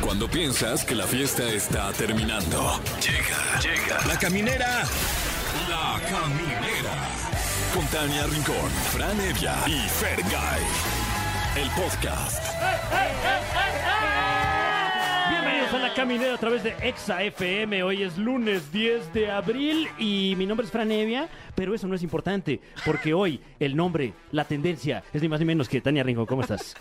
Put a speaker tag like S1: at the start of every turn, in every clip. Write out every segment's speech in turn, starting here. S1: Cuando piensas que la fiesta está terminando. Llega, llega. La caminera. La caminera. Con Tania Rincón, Fran Evia y Fer El podcast.
S2: Bienvenidos a la caminera a través de Exa FM. Hoy es lunes 10 de abril y mi nombre es Fran Evia, pero eso no es importante porque hoy el nombre, la tendencia es ni más ni menos que Tania Rincón. ¿Cómo estás?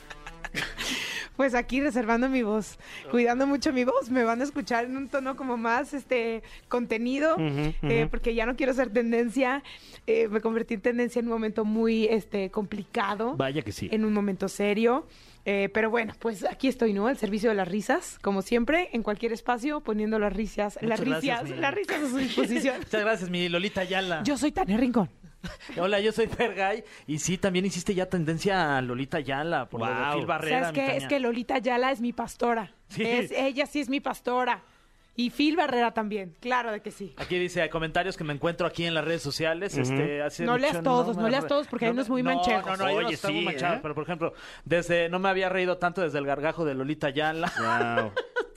S3: Pues aquí reservando mi voz, cuidando mucho mi voz, me van a escuchar en un tono como más este contenido, eh, porque ya no quiero ser tendencia, Eh, me convertí en tendencia en un momento muy este complicado,
S2: Vaya que sí.
S3: en un momento serio, Eh, pero bueno, pues aquí estoy, ¿no? Al servicio de las risas, como siempre, en cualquier espacio, poniendo las risas, las
S4: Muchas gracias,
S3: risas,
S4: Miguel.
S3: las risas a su disposición.
S4: Muchas gracias, mi Lolita Ayala.
S3: Yo soy Tania Rincón.
S4: Hola, yo soy Fergay. Y sí, también hiciste ya tendencia a Lolita Ayala por lo de
S2: Wow.
S4: Gil Barrera.
S3: ¿Sabes
S4: mi
S3: qué? Es
S4: Tania.
S3: que Lolita Ayala es mi pastora.
S4: Sí.
S3: Es, ella sí es mi pastora. Y Phil Barrera también, claro de que sí.
S4: Aquí dice hay comentarios que me encuentro aquí en las redes sociales. este, hace
S3: No leas
S4: mucho
S3: todos,
S4: me
S3: no leas
S4: re-
S3: todos, porque hay
S4: me-
S3: unos muy
S4: no,
S3: manchegos.
S4: No, no, hay
S2: Oye,
S4: unos que están muy
S2: sí,
S4: manchados.
S2: ¿eh?
S4: Pero, por ejemplo, desde no me había reído tanto desde el gargajo de Lolita Ayala.
S2: Wow.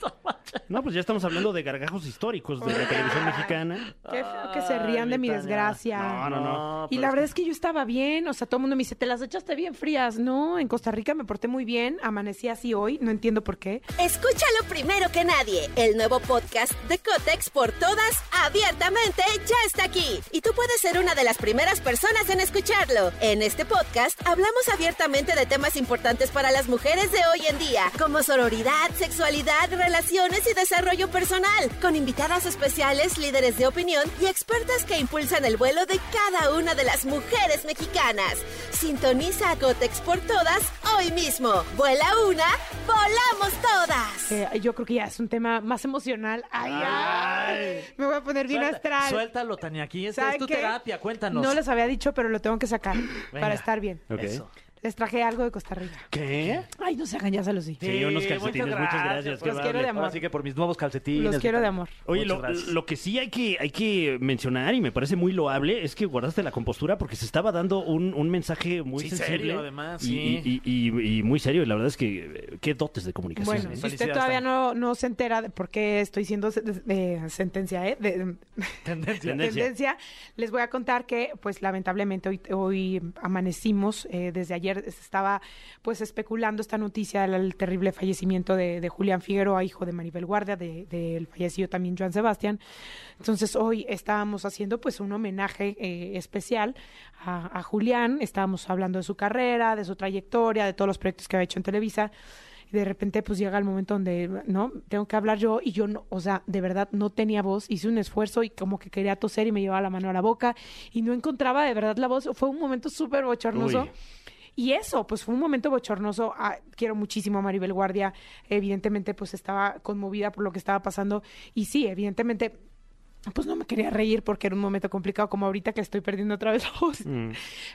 S2: No, pues ya estamos hablando de gargajos históricos de la televisión mexicana.
S3: Qué feo que se rían de mi
S4: Tania.
S3: desgracia.
S2: No, no, no.
S3: Y
S4: pero
S3: la
S4: es
S3: verdad es que yo estaba bien, o sea, todo el mundo me dice, te las echaste bien frías. No, en Costa Rica me porté muy bien, amanecí así hoy, no entiendo por qué.
S5: Escúchalo primero que nadie. El nuevo podcast de Cotex por todas, abiertamente, ya está aquí. Y tú puedes ser una de las primeras personas en escucharlo. En este podcast hablamos abiertamente de temas importantes para las mujeres de hoy en día, como sororidad, sexualidad, relaciones y desarrollo personal, con invitadas especiales, líderes de opinión y expertas que impulsan el vuelo de cada una de las mujeres mexicanas. Sintoniza a Cotex por todas hoy mismo. Vuela una, volamos todas.
S3: Eh, yo creo que ya es un tema más emocional. Ay, ay, me voy a poner bien
S4: Suelta-
S3: astral.
S4: Suéltalo, Tania. Aquí es, es
S3: ¿Saben
S4: tu
S3: qué?
S4: terapia. Cuéntanos.
S3: No les había dicho, pero lo tengo que sacar para
S4: Venga.
S3: estar bien.
S2: Ok.
S4: Eso.
S3: Les traje algo de Costa Rica.
S2: ¿Qué?
S3: Ay, no se hagan, ya se los di.
S2: Sí, unos calcetines, muchas gracias, qué
S3: Los quiero
S2: amable.
S3: de
S4: Ahora
S3: amor.
S4: sí que por mis nuevos calcetines.
S3: Los quiero de amor.
S2: Oye,
S4: Muchas
S2: lo,
S4: gracias.
S2: lo que sí hay que, hay que mencionar y me parece muy loable es que guardaste la compostura porque se estaba dando un, un mensaje muy
S4: Sí,
S2: sensible.
S4: serio, además,
S2: y,
S4: sí.
S2: y- y- y- y muy serio. Y la verdad es que eh, qué dotes de comunicación.
S3: Bueno,
S2: ¿eh?
S3: si usted
S4: Felicidades,
S3: todavía
S4: Tania.
S3: no, no se entera de por qué estoy siendo se- de- de- sentencia, ¿eh? De-
S4: Tendencia.
S2: Tendencia.
S3: tendencia, les voy a contar que, pues, lamentablemente hoy, hoy amanecimos, eh, desde ayer se estaba, pues, especulando esta noticia del del terrible fallecimiento de, de Julián Figueroa, hijo de Maribel Guardia, del de, del fallecido también Joan Sebastián. Entonces, hoy estábamos haciendo, pues, un homenaje eh, especial a, a Julián, estábamos hablando de su carrera, de su trayectoria, de todos los proyectos que había hecho en Televisa. Y de repente, pues llega el momento donde, ¿no? Tengo que hablar yo y yo, no, o sea, de verdad no tenía voz. Hice un esfuerzo y como que quería toser y me llevaba la mano a la boca y no encontraba de verdad la voz. Fue un momento súper bochornoso.
S2: Uy.
S3: Y eso, pues fue un momento bochornoso. Ah, quiero muchísimo a Maribel Guardia. Evidentemente, pues estaba conmovida por lo que estaba pasando. Y sí, evidentemente, pues no me quería reír porque era un momento complicado, como ahorita que estoy perdiendo otra vez la voz.
S2: Mm.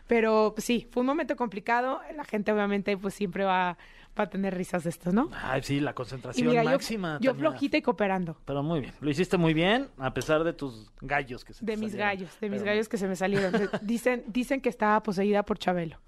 S3: Pero pues, sí, fue un momento complicado. La gente obviamente pues siempre va, va a tener risas de estos, ¿no?
S4: Ay, sí, la
S3: Y
S4: concentración
S3: mira, yo-
S4: máxima.
S3: yo,
S4: Tania.
S3: flojita y cooperando.
S4: Pero muy bien, lo hiciste muy bien, a pesar de tus gallos que se te
S3: De mis
S4: salieron.
S3: gallos, de mis
S4: Pero-
S3: gallos que se me salieron. De- Dicen, dicen que estaba poseída por Chabelo.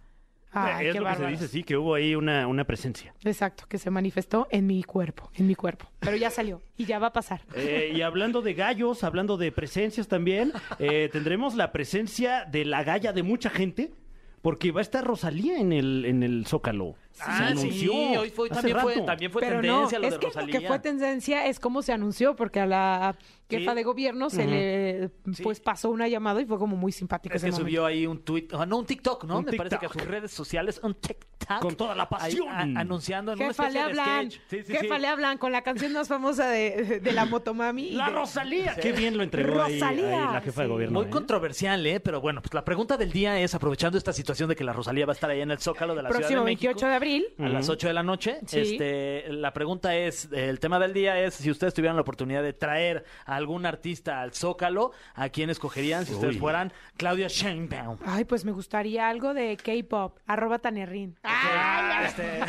S3: Ay,
S2: Eh, es
S3: qué
S2: lo que se
S3: bárbaro.
S2: dice, sí, que hubo ahí una, una presencia.
S3: Exacto, que se manifestó en mi cuerpo, en mi cuerpo. Pero ya salió y ya va a pasar.
S2: Eh, y hablando de gallos, hablando de presencias también, eh, tendremos la presencia de la galla de mucha gente, porque va a estar Rosalía en el, en el Zócalo.
S4: Ah, sí, hoy fue,
S2: hace
S4: también, fue,
S2: rato.
S4: también fue
S3: Pero
S4: tendencia
S3: no,
S4: lo
S3: es
S4: de
S3: que
S4: Rosalía.
S3: lo que fue tendencia es cómo se anunció, porque a la jefa
S4: Sí.
S3: de gobierno se le
S4: Sí.
S3: pues pasó una llamada y fue como muy simpático
S4: es
S3: ese
S4: que
S3: momento.
S4: subió ahí un tweet, ah, no, un TikTok, ¿no?
S2: Un
S4: Me parece que a
S2: TikTok.
S4: sus redes sociales, un TikTok.
S2: Con toda la pasión.
S4: Ahí, a- anunciando en una
S3: Jefa, le
S4: especie de
S3: hablan,
S4: sketch. Sí, sí,
S3: jefa,
S4: sí.
S3: le hablan con la canción más famosa de, de la motomami. y
S2: La
S3: de-
S2: Rosalía, qué bien lo entregó ahí-
S3: Rosalía,
S2: ahí la jefa de
S3: sí.
S2: gobierno.
S4: Muy
S2: ¿eh?
S4: controversial, ¿eh? Pero bueno, pues la pregunta del día es, aprovechando esta situación de que la Rosalía va a estar ahí en el Zócalo de la Ciudad
S3: próximo
S4: de México.
S3: 28 de abril.
S4: a las 8 de la noche.
S3: Sí.
S4: Este, la pregunta es, el tema del día es si ustedes tuvieran la oportunidad de traer a algún artista al Zócalo, ¿a quién escogerían si ustedes
S2: Uy.
S4: fueran Claudia Sheinbaum?
S3: Ay, pues me gustaría algo de K-pop, arroba tanerrin.
S4: Este,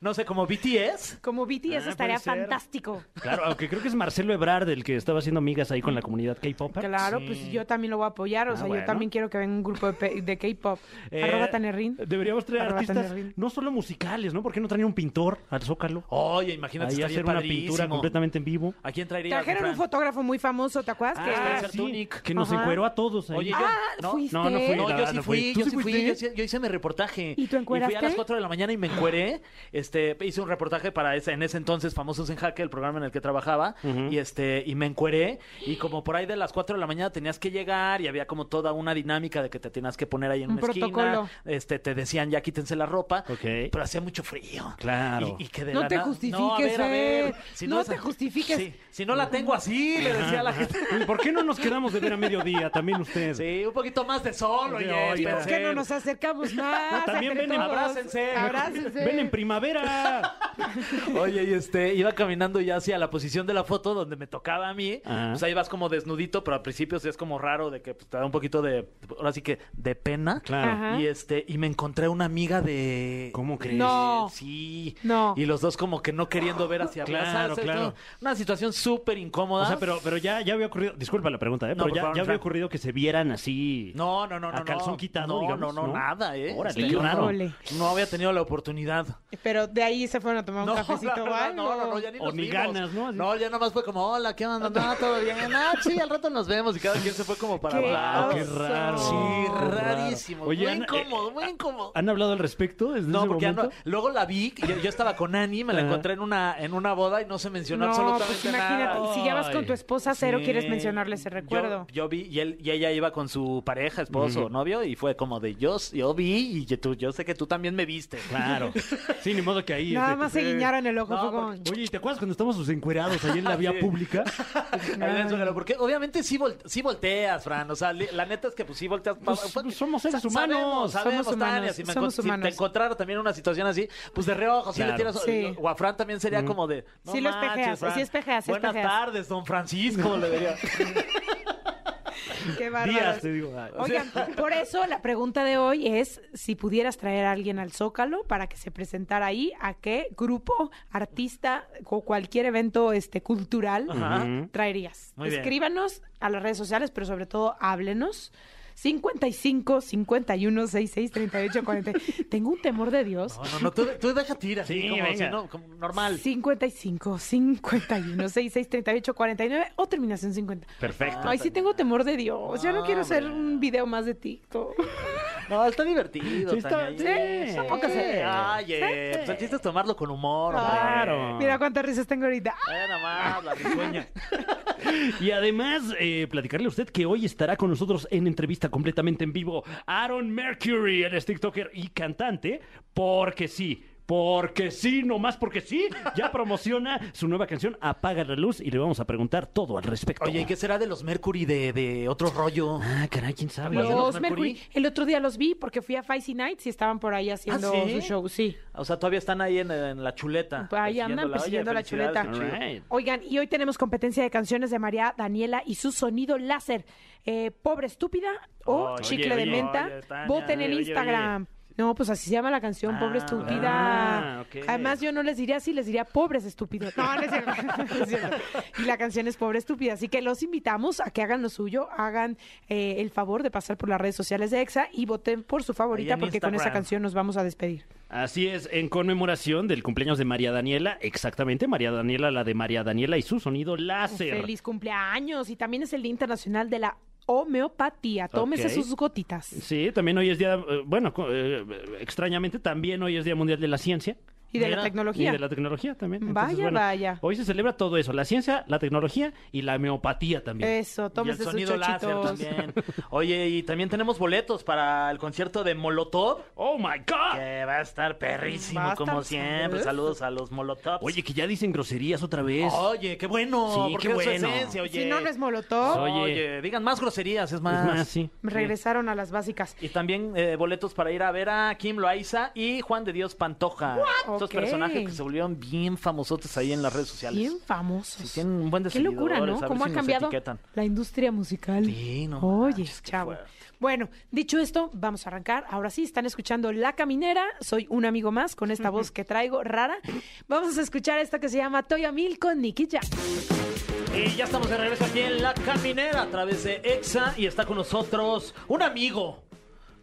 S4: no sé, como BTS.
S3: Como BTS
S2: Ah,
S3: estaría
S2: puede ser.
S3: fantástico.
S2: Claro, aunque creo que es Marcelo Ebrard el que estaba haciendo amigas ahí con la comunidad K-pop.
S3: Claro,
S4: Sí.
S3: pues yo también lo voy a apoyar. O
S2: Ah,
S3: sea,
S2: bueno.
S3: yo también quiero que venga un grupo de, pe- de K-pop.
S2: Eh,
S3: Arroba Tanerrin.
S2: Deberíamos traer
S3: Arroba
S2: artistas
S3: Tanerrin.
S2: no solo musicales, ¿no? ¿Por qué no traen un pintor al Zócalo?
S4: Oye, imagínate,
S2: Ahí
S4: estaría
S2: hacer una pintura
S4: padrísimo. Ah,
S2: completamente en vivo.
S4: ¿A quién traería?
S3: Trajeron un fotógrafo muy famoso, ¿te acuerdas?
S4: Ah,
S3: que
S4: Spencer
S2: sí,
S4: Tunic.
S2: que nos
S3: Ajá.
S2: encueró a todos ahí.
S4: Oye, yo,
S3: Ah,
S4: no,
S3: ¿fuiste?
S2: no, no fui,
S4: No,
S2: la
S4: yo
S2: verdad,
S4: sí
S2: no
S4: fui,
S2: ¿Tú
S4: yo sí
S2: sí
S4: fui,
S2: fuiste?
S4: yo, hice- yo hice mi reportaje.
S3: ¿Y tú
S4: fui a las
S3: encueraste?
S4: 4 de la mañana y me encueré. Este, hice un reportaje para ese, en ese entonces Famosos en Jaque, el programa en el que trabajaba, y este, y me encueré. Y como por ahí de las 4 de la mañana tenías que llegar y había como toda una dinámica de que te tenías que poner ahí en
S3: Un
S4: una
S3: protocolo.
S4: esquina. Este, te decían ya quítense la ropa,
S2: Ok.
S4: pero hacía mucho frío.
S2: Claro.
S4: Y, y que de
S3: No
S4: la
S3: te
S4: nada-
S3: justifiques,
S4: no, a ver, a ver,
S3: Fer.
S4: si
S3: No
S4: esa-
S3: te justifiques.
S4: Sí, si no la tengo así, le decía a la gente.
S2: Uy, ¿Por qué no nos quedamos de ver a mediodía también ustedes?
S4: Sí, un poquito más de sol,
S2: Sí,
S4: oye.
S2: oye,
S3: ¿Por qué no nos acercamos más?
S2: Ah, También
S3: entre
S2: ven en-
S3: todos?
S4: abrácense.
S3: Abrácense.
S2: Ven en primavera.
S4: Oye, y este, iba caminando ya hacia la posición de la foto donde me tocaba a mí.
S2: Ajá.
S4: Pues ahí vas como desnudito, pero al principio sí es como raro de que pues, te da un poquito de, ahora sí que, de pena.
S2: Claro.
S3: Ajá.
S4: Y este, y me encontré una amiga de...
S2: ¿Cómo crees?
S3: No.
S4: Sí.
S3: No.
S4: Y los dos como que no queriendo ver hacia
S2: Claro,
S4: abrazarse,
S2: claro.
S4: ¿no? Una situación súper incómoda.
S2: O sea, pero, pero ya, ya había ocurrido, disculpa la pregunta, ¿eh?
S4: No,
S2: pero
S4: por
S2: ya,
S4: favor,
S2: ya había
S4: Fran.
S2: ocurrido que se vieran así.
S4: No, no, no, no.
S2: A
S4: no.
S2: calzón quitado,
S4: no,
S2: digamos,
S4: No, no,
S2: ¿no?
S4: nada, ¿eh?
S2: Órale,
S4: Este,
S2: qué
S4: yo no-
S2: raro.
S3: Ole.
S4: No había tenido la oportunidad.
S3: Pero de ahí se fueron a tomar un
S4: No,
S3: cafecito.
S4: la
S3: o
S4: verdad,
S3: algo.
S4: no, no, no, ya ni
S2: O
S4: nos
S2: ni
S4: vimos.
S2: ganas, ¿no? Así.
S4: No, ya nomás fue como, hola, ¿qué onda? No, todo bien. Ah, sí, al rato nos vemos. Y cada quien se fue como para
S3: Qué
S2: Ah,
S4: hablar.
S2: qué
S3: oso.
S2: raro.
S4: Sí,
S2: Qué raro.
S4: rarísimo.
S2: Oye,
S4: muy
S2: Ana,
S4: incómodo,
S2: eh,
S4: muy incómodo.
S2: ¿Han hablado al respecto desde
S4: No,
S2: ese
S4: porque ya no-
S2: momento?
S4: luego la vi, yo, yo estaba con Annie, me la
S2: Ajá.
S4: encontré en una, en una boda y no se mencionó
S3: No,
S4: absolutamente
S3: pues imagínate,
S4: nada.
S3: si ya vas con tu esposa cero,
S4: Sí.
S3: quieres mencionarle ese
S4: Yo-
S3: recuerdo.
S4: Yo, vi, y, él, y ella iba con su pareja, esposo, novio, y fue como de, yo, yo vi y yo, tú- yo sé que tú también me viste.
S2: Claro. Sí, ni modo que ahí.
S3: Nada
S2: este,
S3: más se guiñaron el ojo.
S4: No,
S3: fue como,
S2: Oye, ¿y ¿te acuerdas cuando estábamos sus encuerados ahí en la vía
S4: Sí.
S2: pública?
S4: Ahí en el Zócalo, porque obviamente sí, vol- sí volteas, Fran. O sea, li- la neta es que pues sí volteas. pa-
S2: Pues,
S4: pa-
S2: pues, somos seres
S4: sa-
S2: humanos,
S4: Sabemos, sabemos,
S3: somos
S4: Tania,
S3: humanos,
S4: si, me
S3: somos
S4: encon- si
S3: humanos.
S4: te encontrara también una situación así, pues de reojo, si le
S2: Claro.
S4: tiras.
S3: Sí.
S4: O a Fran también sería como de.
S3: Sí lo espejeas,
S4: manches, Fran.
S3: sí espejeas, sí
S4: Buenas
S3: espejeas.
S4: tardes, don Francisco, le diría.
S3: qué bárbaro.
S2: Días, te digo. Ay.
S3: Oigan, por eso la pregunta de hoy es si pudieras traer a alguien al Zócalo para que se presentara ahí, a qué grupo, artista o cualquier evento este cultural
S4: Ajá.
S3: traerías.
S4: Muy bien.
S3: Escríbanos a las redes sociales, pero sobre todo háblenos. 55 51 66 38 40. Tengo un temor de Dios.
S4: No, no, no, tú, tú deja tiras.
S2: Sí,
S4: como,
S2: venga.
S4: si no, como normal.
S3: 55 51 66 38 49 o terminación 50.
S4: Ah,
S2: Perfecto.
S3: Ay, sí tengo temor de Dios. Yo no quiero hacer un video más de TikTok.
S4: No, está divertido.
S2: Sí, está-
S4: Tania, oye.
S2: sí.
S3: Tampoco sé.
S4: Oye, pues el chiste es tomarlo con humor. hombre.
S2: Claro.
S3: Mira cuántas risas tengo ahorita.
S4: Eh, nada más, la risueña.
S2: Y además, eh, platicarle a usted que hoy estará con nosotros en entrevista completamente en vivo Aaron Mercury, el TikToker y cantante, porque sí. Porque sí, nomás porque sí, ya promociona su nueva canción Apaga la Luz y le vamos a preguntar todo al respecto.
S4: Oye, ¿y qué será de los Mercury de, de otro rollo?
S2: Ah, caray, quién sabe.
S4: Los-
S3: Los
S4: Mercury.
S3: Mercury. El otro día los vi porque fui a Faisy Nights y estaban por ahí haciendo
S4: ¿Ah,
S3: su
S4: sí?
S3: show. Sí.
S4: O sea, todavía están ahí en, en la chuleta.
S3: Pues ahí
S4: persiguiendo
S3: andan
S4: la olla,
S3: persiguiendo la
S4: felicidades,
S3: chuleta.
S4: qué chido.
S2: Alright.
S3: Oigan, y hoy tenemos competencia de canciones de María Daniela y su sonido láser. Eh, Pobre estúpida o
S4: Oye,
S3: chicle de
S4: oye,
S3: menta.
S4: oye, Tania,
S3: Voten en
S4: oye, oye,
S3: Instagram. No, pues así se llama la canción, Pobre
S4: Ah,
S3: estúpida.
S2: ah, ok.
S3: Además, yo no les diría así, les diría pobres estúpidos. No, no es cierto. no es cierto. Y la canción es Pobre estúpida. Así que los invitamos a que hagan lo suyo, hagan eh, el favor de pasar por las redes sociales de EXA y voten por su favorita,
S4: en
S3: porque con esa
S4: Instagram.
S3: canción nos vamos a despedir.
S2: Así es, en conmemoración del cumpleaños de María Daniela, exactamente, María Daniela, la de María Daniela y su sonido láser.
S3: Feliz cumpleaños. Y también es el Día Internacional de la Homeopatía. Tómese
S2: Ok.
S3: sus gotitas.
S2: Sí, también hoy es día, eh, bueno, co- eh, extrañamente también hoy es Día Mundial de la Ciencia.
S3: Y de
S4: Mira,
S3: la tecnología.
S2: Y de la tecnología también.
S3: Vaya, vaya.
S2: Hoy se celebra todo eso, la ciencia, la tecnología y la homeopatía también.
S3: Eso, tómese
S4: y el
S3: sus
S4: sonido láser
S3: chochitos.
S4: también. Oye, y también tenemos boletos para el concierto de Molotov,
S2: ¡Oh, my God!
S4: que va a estar perrísimo,
S3: Va a estar
S4: como siempre.
S3: sabroso.
S4: Saludos a los Molotovs.
S2: Oye, que ya dicen groserías otra vez.
S3: Oh,
S4: Oye, qué bueno,
S2: Sí,
S4: porque
S2: qué
S4: es su
S2: bueno.
S4: esencia, oye.
S3: Si no, no es molotov.
S2: Soy-
S4: Oye,
S2: Oye.
S4: digan más groserías, es
S2: Es
S4: más.
S2: más, sí.
S3: Regresaron a las básicas.
S4: Y también eh, boletos para ir a ver a Kim Loaiza y Juan de Dios Pantoja. Estos
S3: Ok.
S4: personajes que se volvieron bien famosotes ahí en las redes sociales.
S3: Bien famosos.
S4: Sí, tienen un buen de
S3: Qué locura,
S4: seguidores,
S3: ¿no?
S4: a ver
S3: Cómo
S4: si
S3: ha
S4: nos
S3: cambiado
S4: etiquetan.
S3: la industria musical.
S4: Sí, no
S3: Oye,
S4: manches, qué
S3: chavo.
S4: fuerte.
S3: Bueno, dicho esto, vamos a arrancar. Ahora sí, están escuchando La Caminera. Soy un amigo más con esta voz que traigo rara. Vamos a escuchar esta que se llama Toya Mil con Nicky Jack.
S4: Y ya estamos de regreso aquí en La Caminera a través de EXA y está con nosotros un amigo,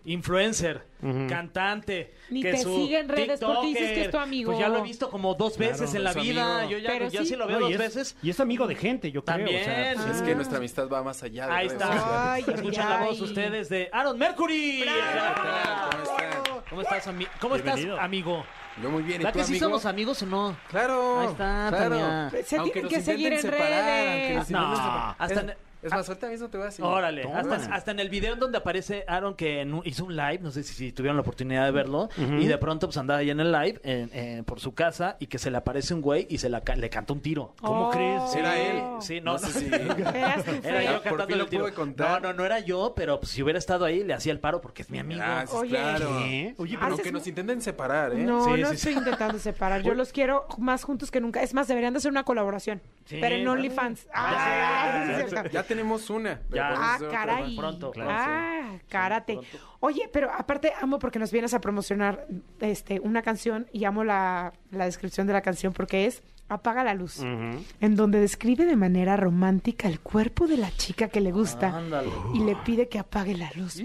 S4: influencer, cantante.
S3: Ni te sigue en redes porque dices
S4: tiktoker.
S3: que es tu amigo.
S4: Pues ya lo he visto como dos veces en la
S2: es
S4: vida.
S2: amigo.
S4: Yo ya,
S3: Pero
S4: yo
S3: sí.
S4: sí lo veo
S2: No, y
S4: dos
S2: es-
S4: veces.
S2: Y es amigo de gente, yo creo.
S4: También.
S2: o sea,
S4: Ah.
S6: Es que nuestra amistad va más allá de
S4: Ahí
S6: redes
S4: está.
S6: sociales.
S3: Ay, ay,
S4: Escuchan la
S3: ay.
S4: voz ustedes de Aaron Mercury.
S6: Hola, ¿Cómo están?
S4: ¿Cómo estás, ami- ¿Cómo estás
S2: Bienvenido.
S4: amigo?
S6: Yo muy bien, ¿y
S4: ¿Verdad
S6: tú,
S4: que sí
S6: amigo?
S4: somos amigos o no?
S6: Claro,
S4: Ahí está, Tania.
S6: claro.
S3: Se
S6: Aunque
S3: tienen
S6: nos
S3: que seguir
S6: intenten
S3: en redes.
S6: aunque nos
S4: No,
S6: intenten separar.
S4: hasta-
S6: Es- Es más, ahorita mismo te voy a decir.
S4: Órale,
S6: Toma.
S4: hasta, hasta en el video en donde aparece Aaron que en un- hizo un live, no sé si, si tuvieron la oportunidad de verlo, y de pronto pues andaba ahí en el live en- en- por su casa y que se le aparece un güey y se la ca- le canta un tiro.
S3: Oh,
S2: ¿Cómo crees?
S6: Era él.
S4: Sí, no, no,
S6: No sé si-
S3: Eras tu
S4: Era
S3: fe.
S4: yo
S6: Ya, por fin
S4: cantando
S6: lo
S4: el tiro.
S6: pude contar.
S4: No, no, no era yo, pero pues, si hubiera estado ahí le hacía el paro porque es mi amigo.
S6: Gracias,
S3: Oye.
S6: claro.
S2: ¿Qué? Oye,
S6: Pero
S3: Haces-
S6: que nos intenten separar, ¿eh?
S3: No,
S4: Sí,
S3: no
S4: sí, sí.
S3: estoy intentando separar. Yo los quiero más juntos que nunca. Es más, deberían de hacer una colaboración.
S4: Sí,
S3: pero en
S4: ¿no?
S3: OnlyFans.
S4: sé,
S3: Ah,
S4: ya
S3: sí, es
S4: sé.
S3: cierto.
S6: Ya tenemos una. pero
S4: Ya.
S6: podemos
S3: Ah,
S6: hacer otra.
S3: caray.
S4: Pronto, pronto.
S3: Ah, karate.
S4: pronto.
S3: Oye, pero aparte amo porque nos vienes a promocionar este una canción y amo la, la descripción de la canción porque es Apaga la luz, en donde describe de manera romántica el cuerpo de la chica que le gusta
S4: Ándale.
S3: y le pide que apague la luz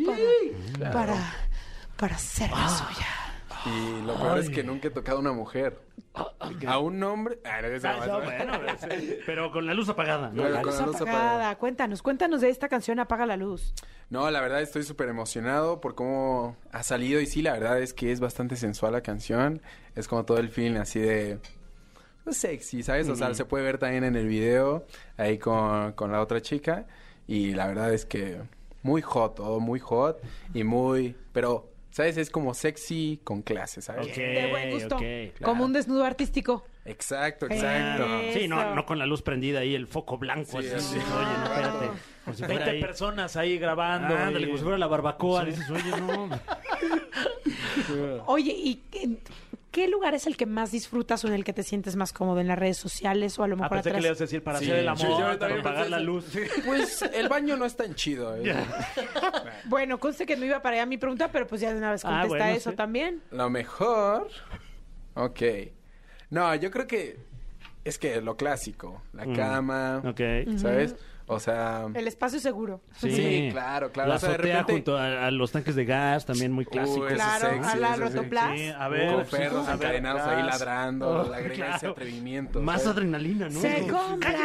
S3: para, para, para ser
S4: Ah.
S3: la suya.
S6: Y lo peor es que nunca he tocado a una mujer.
S4: Ah,
S6: A un hombre. Ah, no, es
S2: Ah,
S6: broma,
S2: no,
S6: es broma.
S2: bueno, pero- pero con la luz apagada. ¿no?
S6: Pero
S3: La
S6: con
S3: luz
S6: la luz
S3: apagada.
S6: apagada.
S3: Cuéntanos, cuéntanos de esta canción Apaga la luz.
S6: No, la verdad estoy súper emocionado por cómo ha salido y sí, la verdad es que es bastante sensual la canción. Es como todo el film así de pues, sexy, ¿sabes? O sea, se puede ver también en el video ahí con, con la otra chica y la verdad es que muy hot, todo muy hot y muy... Pero, ¿sabes? Es como sexy con clase, ¿sabes?
S2: Ok,
S3: de buen gusto,
S2: ok.
S3: como un desnudo artístico.
S6: Exacto, exacto.
S3: Eh,
S2: Sí, no,
S3: Eso.
S2: no con la luz prendida ahí, el foco blanco. así,
S6: Sí, sí.
S2: dices, Oye, no, espérate. Como si fuera
S4: 20
S2: ahí.
S4: personas ahí grabando.
S2: Ah, ándale,
S4: y-
S2: como si fuera la barbacoa. Dices, oye, no.
S3: Oye, ¿y qué, qué lugar es el que más disfrutas o en el que te sientes más cómodo? ¿En las redes sociales o a lo
S4: Ah,
S3: mejor
S4: pensé que
S3: atrás?
S4: le ibas a decir para
S6: Sí,
S4: hacer el
S6: sí,
S4: amor,
S6: yo
S4: para
S6: también
S4: apagar
S6: pensé
S4: la
S6: eso.
S4: luz.
S6: Pues el baño no es tan chido. ¿eh?
S3: Bueno, conste que no iba para allá mi pregunta, pero pues ya de una vez
S2: Ah,
S3: contesta
S2: bueno,
S3: eso
S2: sí.
S3: también.
S6: Lo mejor. Ok. No, yo creo que es que lo clásico, la
S4: Mm.
S6: cama,
S2: Ok.
S6: ¿sabes? O sea,
S3: El espacio seguro.
S6: Sí, claro, claro.
S2: La
S6: O sea, de
S2: azotea
S6: repente-
S2: junto a, a los tanques de gas, también muy clásico.
S6: eso es
S3: Claro,
S6: sexy,
S3: a la
S6: eso es
S3: rotoplas.
S4: Sí,
S6: sexy.
S4: a ver.
S6: Con perros
S4: a ver,
S6: encadenados ahí
S4: gas. Oh,
S6: ladrando, la
S2: claro.
S6: ese atrevimiento.
S2: Más
S6: ¿sabes?
S2: adrenalina, ¿no?
S3: Se compran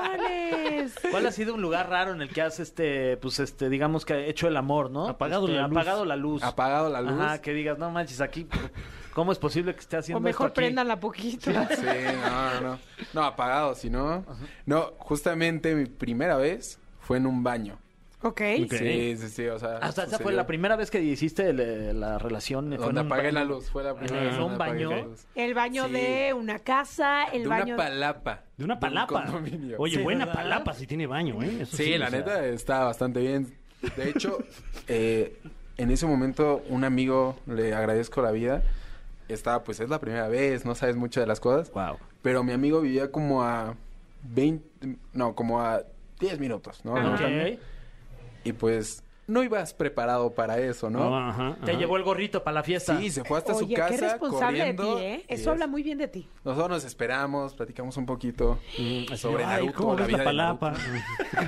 S3: colchones.
S4: ¿Cuál ha sido un lugar raro en el que has, este, pues, este, digamos que hecho el amor, no?
S2: Apagado
S4: Este,
S2: la luz.
S4: Apagado la luz.
S6: Apagado la luz.
S4: Ajá, que digas, no manches, aquí, ¿cómo es posible que esté haciendo
S3: O mejor
S4: esto aquí?
S3: prendanla poquito.
S6: Sí, no, no, no. No, apagado, si no. No, justamente mi primera vez fue en un baño.
S3: Ok.
S2: Ok.
S6: Sí, sí, sí, o sea.
S4: Ah, o sea, esa
S6: sucedió.
S4: fue la primera vez que hiciste el, eh, la relación. fue en
S6: Donde
S4: un
S6: apagué
S4: baño.
S6: la luz, fue la primera
S4: ¿En
S6: vez.
S4: un
S6: donde apagué
S4: baño?
S6: la luz.
S3: El baño
S6: Sí.
S3: de una casa, el
S6: de
S3: baño
S6: una palapa.
S2: De una palapa.
S6: un condominio.
S2: Oye,
S4: Sí,
S2: buena
S4: ¿verdad?
S2: palapa si tiene baño, ¿eh? Eso
S6: Sí, la
S2: o sea,
S6: neta está bastante bien. De hecho, eh, en ese momento un amigo, le agradezco la vida, estaba, pues es la primera vez, no sabes mucho de las cosas,
S2: Wow.
S6: pero mi amigo vivía como a 20, no, como a 10 minutos, ¿no?
S2: Ah,
S4: Ok.
S6: Y pues no ibas preparado para eso, ¿no?
S2: Ah, ajá,
S4: Te
S2: ajá.
S4: llevó el gorrito para la fiesta.
S6: Sí, se fue hasta
S3: Oye,
S6: su casa.
S3: qué responsable
S6: corriendo,
S3: de ti, ¿eh?
S6: y
S3: Eso
S6: es-
S3: habla muy bien de ti.
S6: Nosotros nos esperamos, platicamos un poquito
S2: Mm, así,
S6: sobre
S2: ay,
S6: Naruto,
S2: ¿cómo
S6: la
S2: ves
S6: vida
S2: la
S6: de
S2: palapa?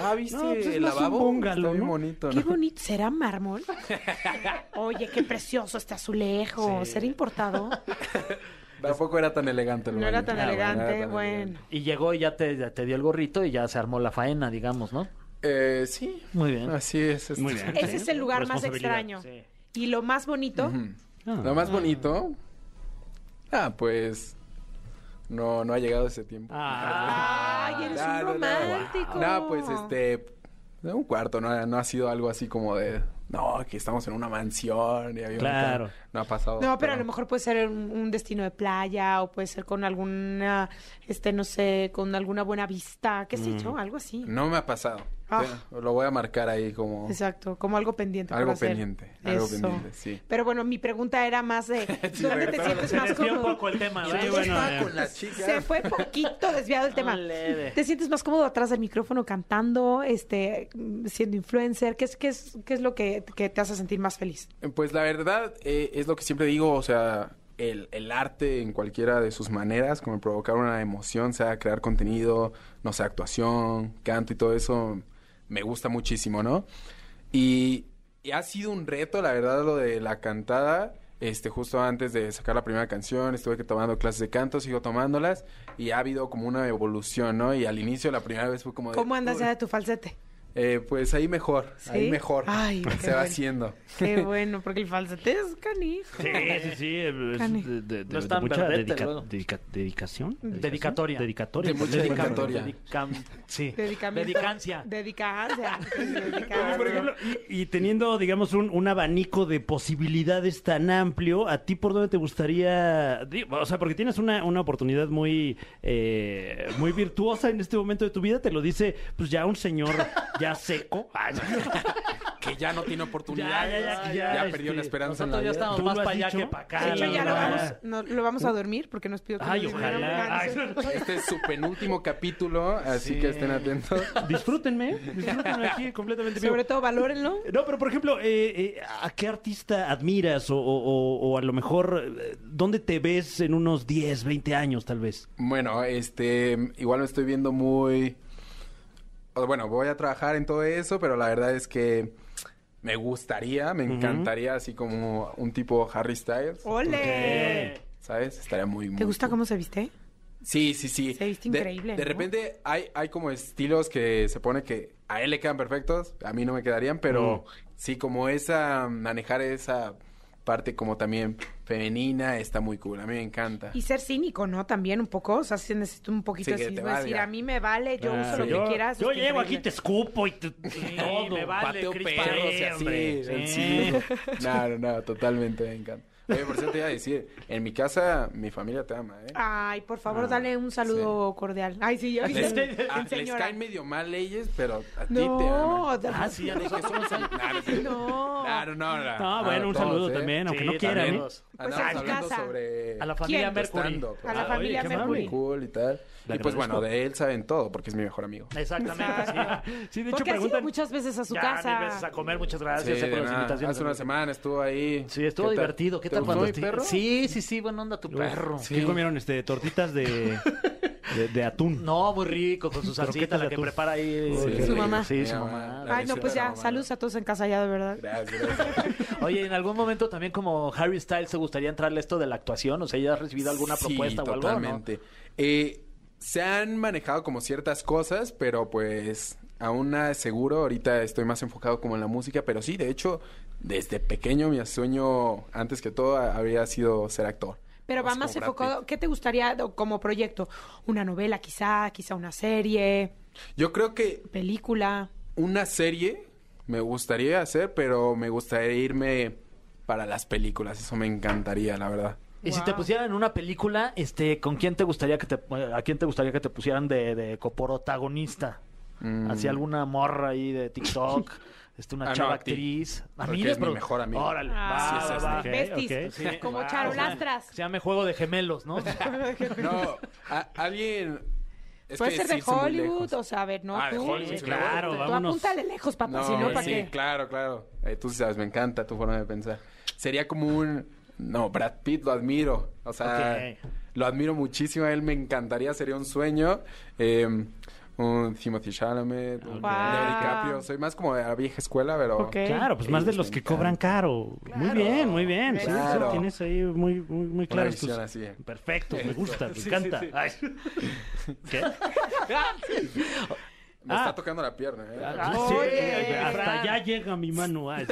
S6: Ah, ¿viste
S2: No, pues es
S6: el
S2: más un
S6: lavabo?
S2: bungalow,
S6: Está bien
S2: ¿no?
S6: bonito,
S3: Qué
S6: ¿no?
S3: bonito. ¿Será mármol? Oye, qué precioso este azulejo. ¿Será importado?
S6: Tampoco era tan elegante el
S3: Pues, No era
S6: baño.
S3: tan
S6: Ah, bueno,
S3: elegante.
S6: no era tan
S3: bueno.
S6: elegante.
S4: Y llegó y ya te, ya te dio el gorrito y ya se armó la faena, digamos, ¿no?
S6: Eh, sí.
S4: Muy bien.
S6: Así es. este es-
S2: Muy bien.
S3: Ese es el lugar más
S2: Responsabilidad,
S3: extraño. Y lo más bonito.
S2: Ah.
S6: Lo más bonito Ah, pues. No, no ha llegado ese tiempo.
S3: Ay, eres
S6: Ah,
S3: un
S6: no, no.
S3: romántico.
S6: No, pues este. Un cuarto, no, no ha sido algo así como de. No, que estamos en una mansión. Y había un-
S2: Claro.
S6: No ha pasado.
S3: No, pero a lo mejor puede ser un, un destino de playa o puede ser con alguna, este, no sé, con alguna buena vista, qué sé yo, algo así.
S6: Mm. No me ha pasado.
S3: Ah.
S6: Sí, Lo voy a marcar ahí como.
S3: Exacto, como algo pendiente. por
S6: Algo
S3: hacer.
S6: pendiente, algo pendiente, sí.
S3: Pero bueno, mi pregunta era más de dónde te
S6: regresamos.
S3: sientes
S4: Se
S3: más
S4: desvió un
S3: cómodo.
S4: poco el tema, ¿verdad?
S2: Sí, bueno,
S6: Estaba
S2: eh.
S6: con las chicas.
S3: Se fue poquito desviado el tema.
S4: Un leve.
S3: ¿Te sientes más cómodo atrás del micrófono cantando, este, siendo influencer? ¿Qué es, qué es, qué es lo que, que te hace sentir más feliz?
S6: Pues la verdad eh, es lo que siempre digo, o sea, el, el arte en cualquiera de sus maneras, como el provocar una emoción, sea crear contenido, no sé, actuación, canto y todo eso, me gusta muchísimo, ¿no? Y, y ha sido un reto, la verdad, lo de la cantada. Este, justo antes de sacar la primera canción, estuve que tomando clases de canto, sigo tomándolas y ha habido como una evolución, ¿no? Y al inicio, la primera vez fue como... de,
S3: ¿Cómo andas
S6: "Uy,
S3: ya de tu falsete?
S6: eh, pues ahí mejor, ahí
S3: ¿Sí?
S6: mejor.
S3: Ay, qué
S6: se va
S3: bueno.
S6: haciendo.
S3: Qué bueno, porque el falsete es canijo.
S2: Sí, sí, sí. eh, Es
S3: Cane.
S2: de, de- de-
S4: No es
S2: de
S4: tan
S2: mucha
S4: verdete
S2: dedica-
S4: luego.
S2: dedica- dedicación.
S4: Dedicatoria.
S2: Dedicatoria.
S6: De mucha
S2: Dedicatoria.
S6: dedicatoria.
S4: Dedicam- sí.
S3: Dedicamiento.
S4: Dedicancia.
S3: Dedicancia. pues,
S2: Oye, por ejemplo, y, y teniendo, digamos, un, un abanico de posibilidades tan amplio, ¿a ti por dónde te gustaría? di- O sea, porque tienes una, una oportunidad muy, eh, muy virtuosa en este momento de tu vida, te lo dice, pues ya un señor ya seco. Ay,
S6: que ya no tiene oportunidad.
S2: Ya,
S6: Ya,
S2: ya, ya, ya,
S6: perdió
S2: este,
S6: la esperanza en la
S4: Nosotros ya
S6: vida.
S4: estamos
S2: ¿Tú
S4: más
S2: lo has
S4: para allá
S2: dicho?
S4: que para acá.
S3: De hecho,
S4: la
S3: ya lo
S4: verdad.
S3: vamos, no, lo vamos a dormir porque nos pidió que
S2: Ay,
S3: nos durmiera un
S2: ojalá.
S3: cáncer.
S6: Este es su penúltimo capítulo, así que estén atentos.
S2: Disfrútenme, disfrútenme aquí completamente. vivo.
S3: Sobre todo, valórenlo.
S2: No, pero por ejemplo, eh, eh, ¿a qué artista admiras? O, o- o- o a lo mejor, eh, ¿dónde te ves en unos 10, 20 años tal vez?
S6: Bueno, este, igual me estoy viendo muy... o- Bueno, voy a trabajar en todo eso, pero la verdad es que me gustaría, me encantaría, así como un tipo Harry Styles,
S3: ¡Ole!
S6: ¿sabes? Estaría muy, muy
S3: ¿Te gusta
S6: cool.
S3: cómo se viste?
S6: Sí, sí, sí.
S3: Se viste
S6: De-
S3: increíble,
S6: De,
S3: ¿no?
S6: repente hay, hay como estilos que se pone que a él le quedan perfectos, a mí no me quedarían,
S4: Mm.
S6: pero sí, como esa, manejar esa parte como también femenina está muy cool, a mí me encanta.
S3: Y ser cínico, ¿no? También un poco. O sea, si necesito un poquito
S6: Sí,
S3: de
S6: que
S3: cinismo.
S6: te valga.
S3: Decir, a mí me vale, yo uso lo
S6: sí.
S3: que quieras.
S2: yo
S3: es que
S2: llego aquí,
S3: increíble.
S2: te escupo y te... todo.
S4: me vale,
S6: Pateo
S4: Chris
S6: perros y
S4: Pine,
S6: así,
S4: hombre, sí.
S6: el cine. No, no, no, totalmente me encanta. Oye, por cierto, te iba a decir, en mi casa mi familia te ama, ¿eh?
S3: Ay, por favor, dale un saludo cordial. Ay, sí, ya
S6: Les,
S3: viste.
S6: a- les
S3: Señora.
S6: caen medio mal leyes, pero a ti te
S3: No,
S6: aman.
S3: da-
S4: Ah, sí, ya
S6: Los que somos- Nah,
S3: No.
S6: Claro, no, no.
S2: Ah,
S6: no,
S2: bueno, un
S6: todos,
S2: saludo
S6: ¿eh?
S2: también, aunque
S4: Sí,
S2: no quieran,
S4: también.
S2: ¿eh?
S4: Andamos
S6: Andamos
S3: Pues,
S6: hablando
S3: casa.
S6: sobre
S4: A la familia
S3: ¿Quién?
S4: Mercury.
S6: Stand-up.
S3: A la
S4: Ah,
S3: familia
S4: oye, qué
S3: Mercury.
S4: amable.
S6: cool y tal.
S2: Le
S6: y pues bueno,
S2: agradezco.
S6: de él saben todo porque es mi mejor amigo.
S4: Exactamente, sí.
S2: Sí, de hecho
S3: Porque has ido
S2: preguntan...
S3: muchas veces a su
S4: ya,
S3: casa.
S4: mil veces a comer, muchas gracias
S6: Sí,
S4: eh,
S6: de
S4: por las
S6: nada.
S4: invitaciones.
S6: Hace una semana estuvo ahí.
S4: Sí, estuvo
S6: ¿Qué tal?
S4: divertido. ¿Qué
S6: ¿Te
S4: tal
S6: gustó
S4: cuando
S6: mi
S4: te-
S6: perro?
S4: Sí, sí, sí, buena onda tu perro.
S2: ¿Qué comieron? Este, tortitas de, de, de atún.
S4: No, muy rico, con su
S2: Croquetas
S4: salsita,
S2: de
S4: la que
S2: atún.
S4: prepara ahí.
S6: Sí,
S4: eh,
S3: Su mamá.
S4: Sí,
S6: Mi
S4: su
S6: mamá.
S4: mamá.
S3: Ay, no,
S6: Sí,
S3: pues
S6: pero
S3: ya.
S6: mamá, no.
S3: Saludos a todos en casa ya, de verdad.
S6: Gracias, gracias.
S4: Oye, ¿en algún momento también como Harry Styles te gustaría entrarle esto de la actuación? O sea, ¿ya has recibido alguna
S6: Sí,
S4: propuesta o algo? no?
S6: Totalmente. Eh, se han manejado como ciertas cosas, pero pues aún nada es seguro. Ahorita estoy más enfocado como en la música, pero sí, de hecho, desde pequeño mi sueño, antes que todo, a- había sido ser actor.
S3: Pero va
S6: Así
S3: más
S6: como Brad Pitt.
S3: enfocado. ¿Qué te gustaría o- como proyecto? ¿Una novela, quizá? ¿Quizá una serie?
S6: Yo creo que
S3: ¿Película?
S6: una serie me gustaría hacer, pero me gustaría irme para las películas. Eso me encantaría, la verdad.
S4: Y si te
S3: Wow.
S4: pusieran en una película, este, ¿con quién te gustaría que te, a quién te gustaría que te pusieran de, de coprotagonista?
S6: Mm.
S4: Así alguna morra ahí de TikTok, este, una
S6: Ah, no,
S4: chava
S6: a ti.
S4: actriz.
S6: Porque
S4: de
S6: es mi
S4: produ-
S6: mejor amigo.
S4: Órale, va,
S3: Ah,
S6: sí,
S4: va,
S6: es
S4: va.
S2: este.
S3: besties,
S2: Ok, ok.
S3: Como
S4: Wow.
S3: charolastras.
S4: Se llama juego de gemelos, ¿no?
S6: No, a- alguien. es
S3: Puede
S6: que
S3: ser
S6: sí
S3: de
S6: son muy
S3: Hollywood,
S6: lejos.
S3: o sea, a ver, ¿no?
S6: Ah, de
S3: tú,
S6: Hollywood,
S3: tú
S6: sí, claro.
S2: Claro, vámonos.
S3: apúntale lejos, papá,
S6: No,
S3: si no, ¿para
S6: sí,
S3: qué?
S6: claro, claro. Eh, tú sí sabes, me encanta tu forma de pensar. Sería como un... No, Brad Pitt lo admiro. O sea,
S4: Ok.
S6: lo admiro muchísimo. A él me encantaría, sería un sueño. Eh, un Timothy Chalamet, un
S3: Wow.
S6: Leo DiCaprio. Soy más como de la vieja escuela, pero...
S3: Ok.
S2: Claro, pues más de
S6: Ellos
S2: los
S6: me
S2: que cobran caro. Muy bien, muy bien. Sí,
S6: Claro.
S2: sí, tienes ahí muy, muy, muy claro.
S6: visión así.
S2: ¿eh? Perfecto, me gusta, me encanta. Ay. ¿Qué?
S6: Me
S2: Ah.
S6: está tocando la pierna, ¿eh?
S2: Ah, sí,
S4: Oye,
S2: hasta
S4: Fran.
S2: allá llega mi mano. Ay,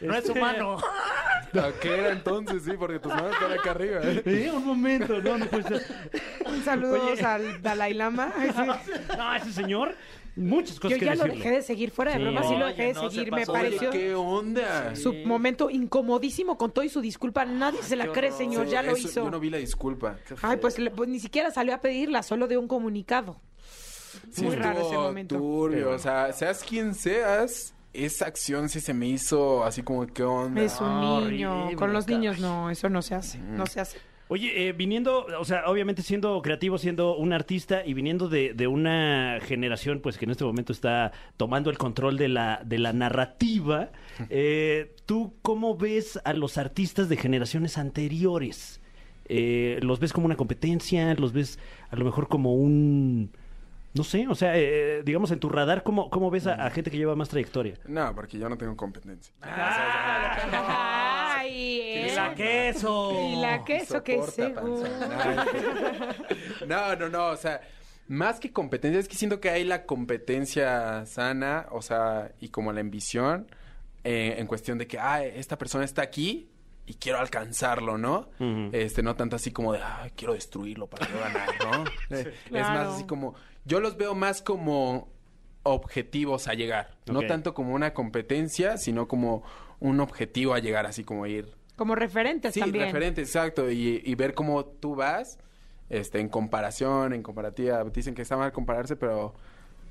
S4: no es humano.
S6: ¿A qué era entonces? Sí, porque tus manos están acá arriba. ¿eh?
S2: Eh, Un momento, no, no puede ser.
S3: Un saludo al Dalai Lama. Ay, sí.
S2: No, ese señor, muchas
S3: Yo
S2: cosas que
S3: ya lo
S2: decirle.
S3: dejé de seguir fuera de
S2: Sí.
S3: broma, sí lo
S4: Oye,
S3: dejé de
S4: no, se
S3: seguir, me
S4: pasó de
S3: pareció
S6: ¿Qué onda?
S3: su momento incomodísimo con todo y su disculpa. Nadie se la cree, señor,
S6: Sí,
S3: ya lo
S6: eso-
S3: hizo.
S6: Yo no vi la disculpa.
S3: Ay, pues, le- pues ni siquiera salió a pedirla, solo de un comunicado.
S6: Sí,
S3: Muy raro
S6: estuvo
S3: ese momento.
S6: Turbio, o sea, seas quien seas, esa acción sí se me hizo así como, ¿qué onda?
S3: Es un
S4: No,
S3: niño.
S4: horrible,
S3: Con los
S4: caray.
S3: niños no, eso no se hace. No se hace.
S2: Oye, eh, viniendo, o sea, obviamente siendo creativo, siendo un artista y viniendo de, de una generación, pues que en este momento está tomando el control de la, de la narrativa, eh, ¿tú cómo ves a los artistas de generaciones anteriores? Eh, ¿Los ves como una competencia? ¿Los ves a lo mejor como un... No sé, o sea, eh, digamos en tu radar, ¿cómo, cómo ves a, a gente que lleva más trayectoria?
S6: No, porque yo no tengo competencia.
S3: Ah, Ay,
S4: Y
S3: eh.
S4: la queso.
S3: Y la queso que es
S6: Soporta, panzón. No, no, no, o sea, más que competencia, es que siento que hay la competencia sana, o sea, y como la ambición, eh, en cuestión de que, ah, esta persona está aquí y quiero alcanzarlo, ¿no?
S2: Ujú.
S6: Este, no tanto así como de, ah, quiero destruirlo para yo ganar, ¿no? Eh, Es
S3: Claro.
S6: más así como, yo los veo más como objetivos a llegar,
S2: Ok.
S6: no tanto como una competencia, sino como un objetivo a llegar, así como ir
S3: Como referentes
S6: Sí,
S3: también.
S6: referente, exacto. Y, y ver cómo tú vas este, en comparación, en comparativa. Dicen que está mal compararse, pero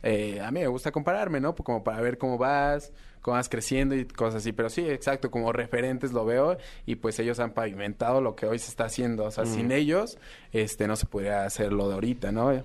S6: eh, a mí me gusta compararme, ¿no? Como para ver cómo vas, cómo vas creciendo y cosas así. Pero sí, exacto, como referentes lo veo y pues ellos han pavimentado lo que hoy se está haciendo. O sea, sin ellos este, no se podría hacer lo de ahorita, ¿no?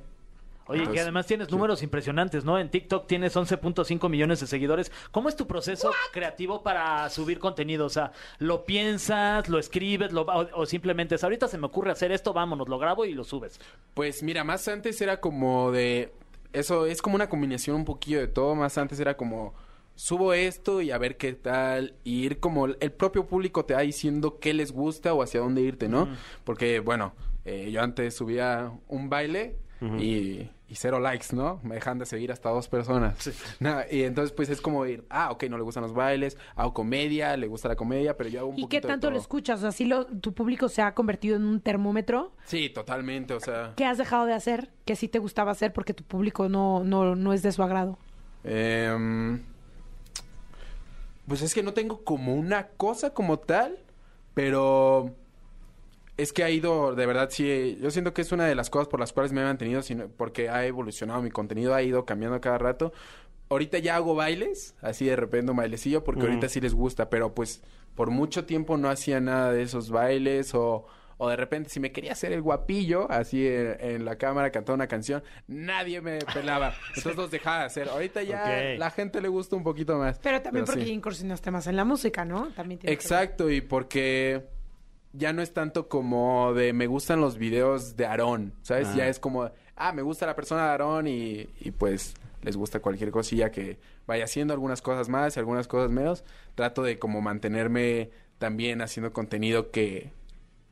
S4: Oye, que
S6: Entonces,
S4: además tienes números impresionantes, ¿no? En TikTok tienes 11.5 millones de seguidores. ¿Cómo es tu proceso creativo para subir contenido? O sea, ¿lo piensas, lo escribes lo, o, o simplemente es, ahorita se me ocurre hacer esto, vámonos, lo grabo y lo subes?
S6: Pues mira, más antes era como de. Eso es como una combinación un poquillo de todo. Más antes era como. Subo esto y a ver qué tal. Y ir como. El propio público te va diciendo qué les gusta o hacia dónde irte, ¿no? Porque, bueno, eh, yo antes subía un baile. y, y cero likes, ¿no? Me dejan de seguir hasta dos personas. Nah, y entonces, pues es como ir, ah, ok, no le gustan los bailes, hago comedia, le gusta la comedia, pero yo hago un
S3: ¿Y
S6: poquito
S3: qué
S6: de
S3: tanto lo
S6: todo.
S3: escuchas? O sea, ¿sí lo- tu público se ha convertido en un termómetro.
S6: Sí, totalmente, o sea.
S3: ¿Qué has dejado de hacer que sí te gustaba hacer porque tu público no, no, no es de su agrado?
S6: Em, pues es que no tengo como una cosa como tal, pero es que ha ido, de verdad, sí, yo siento que es una de las cosas por las cuales me he mantenido, sino porque ha evolucionado mi contenido, ha ido cambiando cada rato. Ahorita ya hago bailes, así de repente un bailecillo, porque ahorita sí les gusta, pero pues por mucho tiempo no hacía nada de esos bailes o... O de repente, si me quería hacer el guapillo, así en, en la cámara, cantaba una canción, nadie me pelaba. Entonces los dejaba de hacer. Ahorita ya
S2: Ok.
S6: la gente le gusta un poquito más.
S3: Pero también porque
S6: sí.
S3: incursionaste más en la música, ¿no? También tiene que ver.
S6: Exacto, y porque ya no es tanto como de me gustan los videos de Aarón, ¿sabes?
S2: Ah.
S6: Ya es como, ah, me gusta la persona de Aarón y, y pues les gusta cualquier cosilla que vaya haciendo, algunas cosas más y algunas cosas menos. Trato de como mantenerme también haciendo contenido que,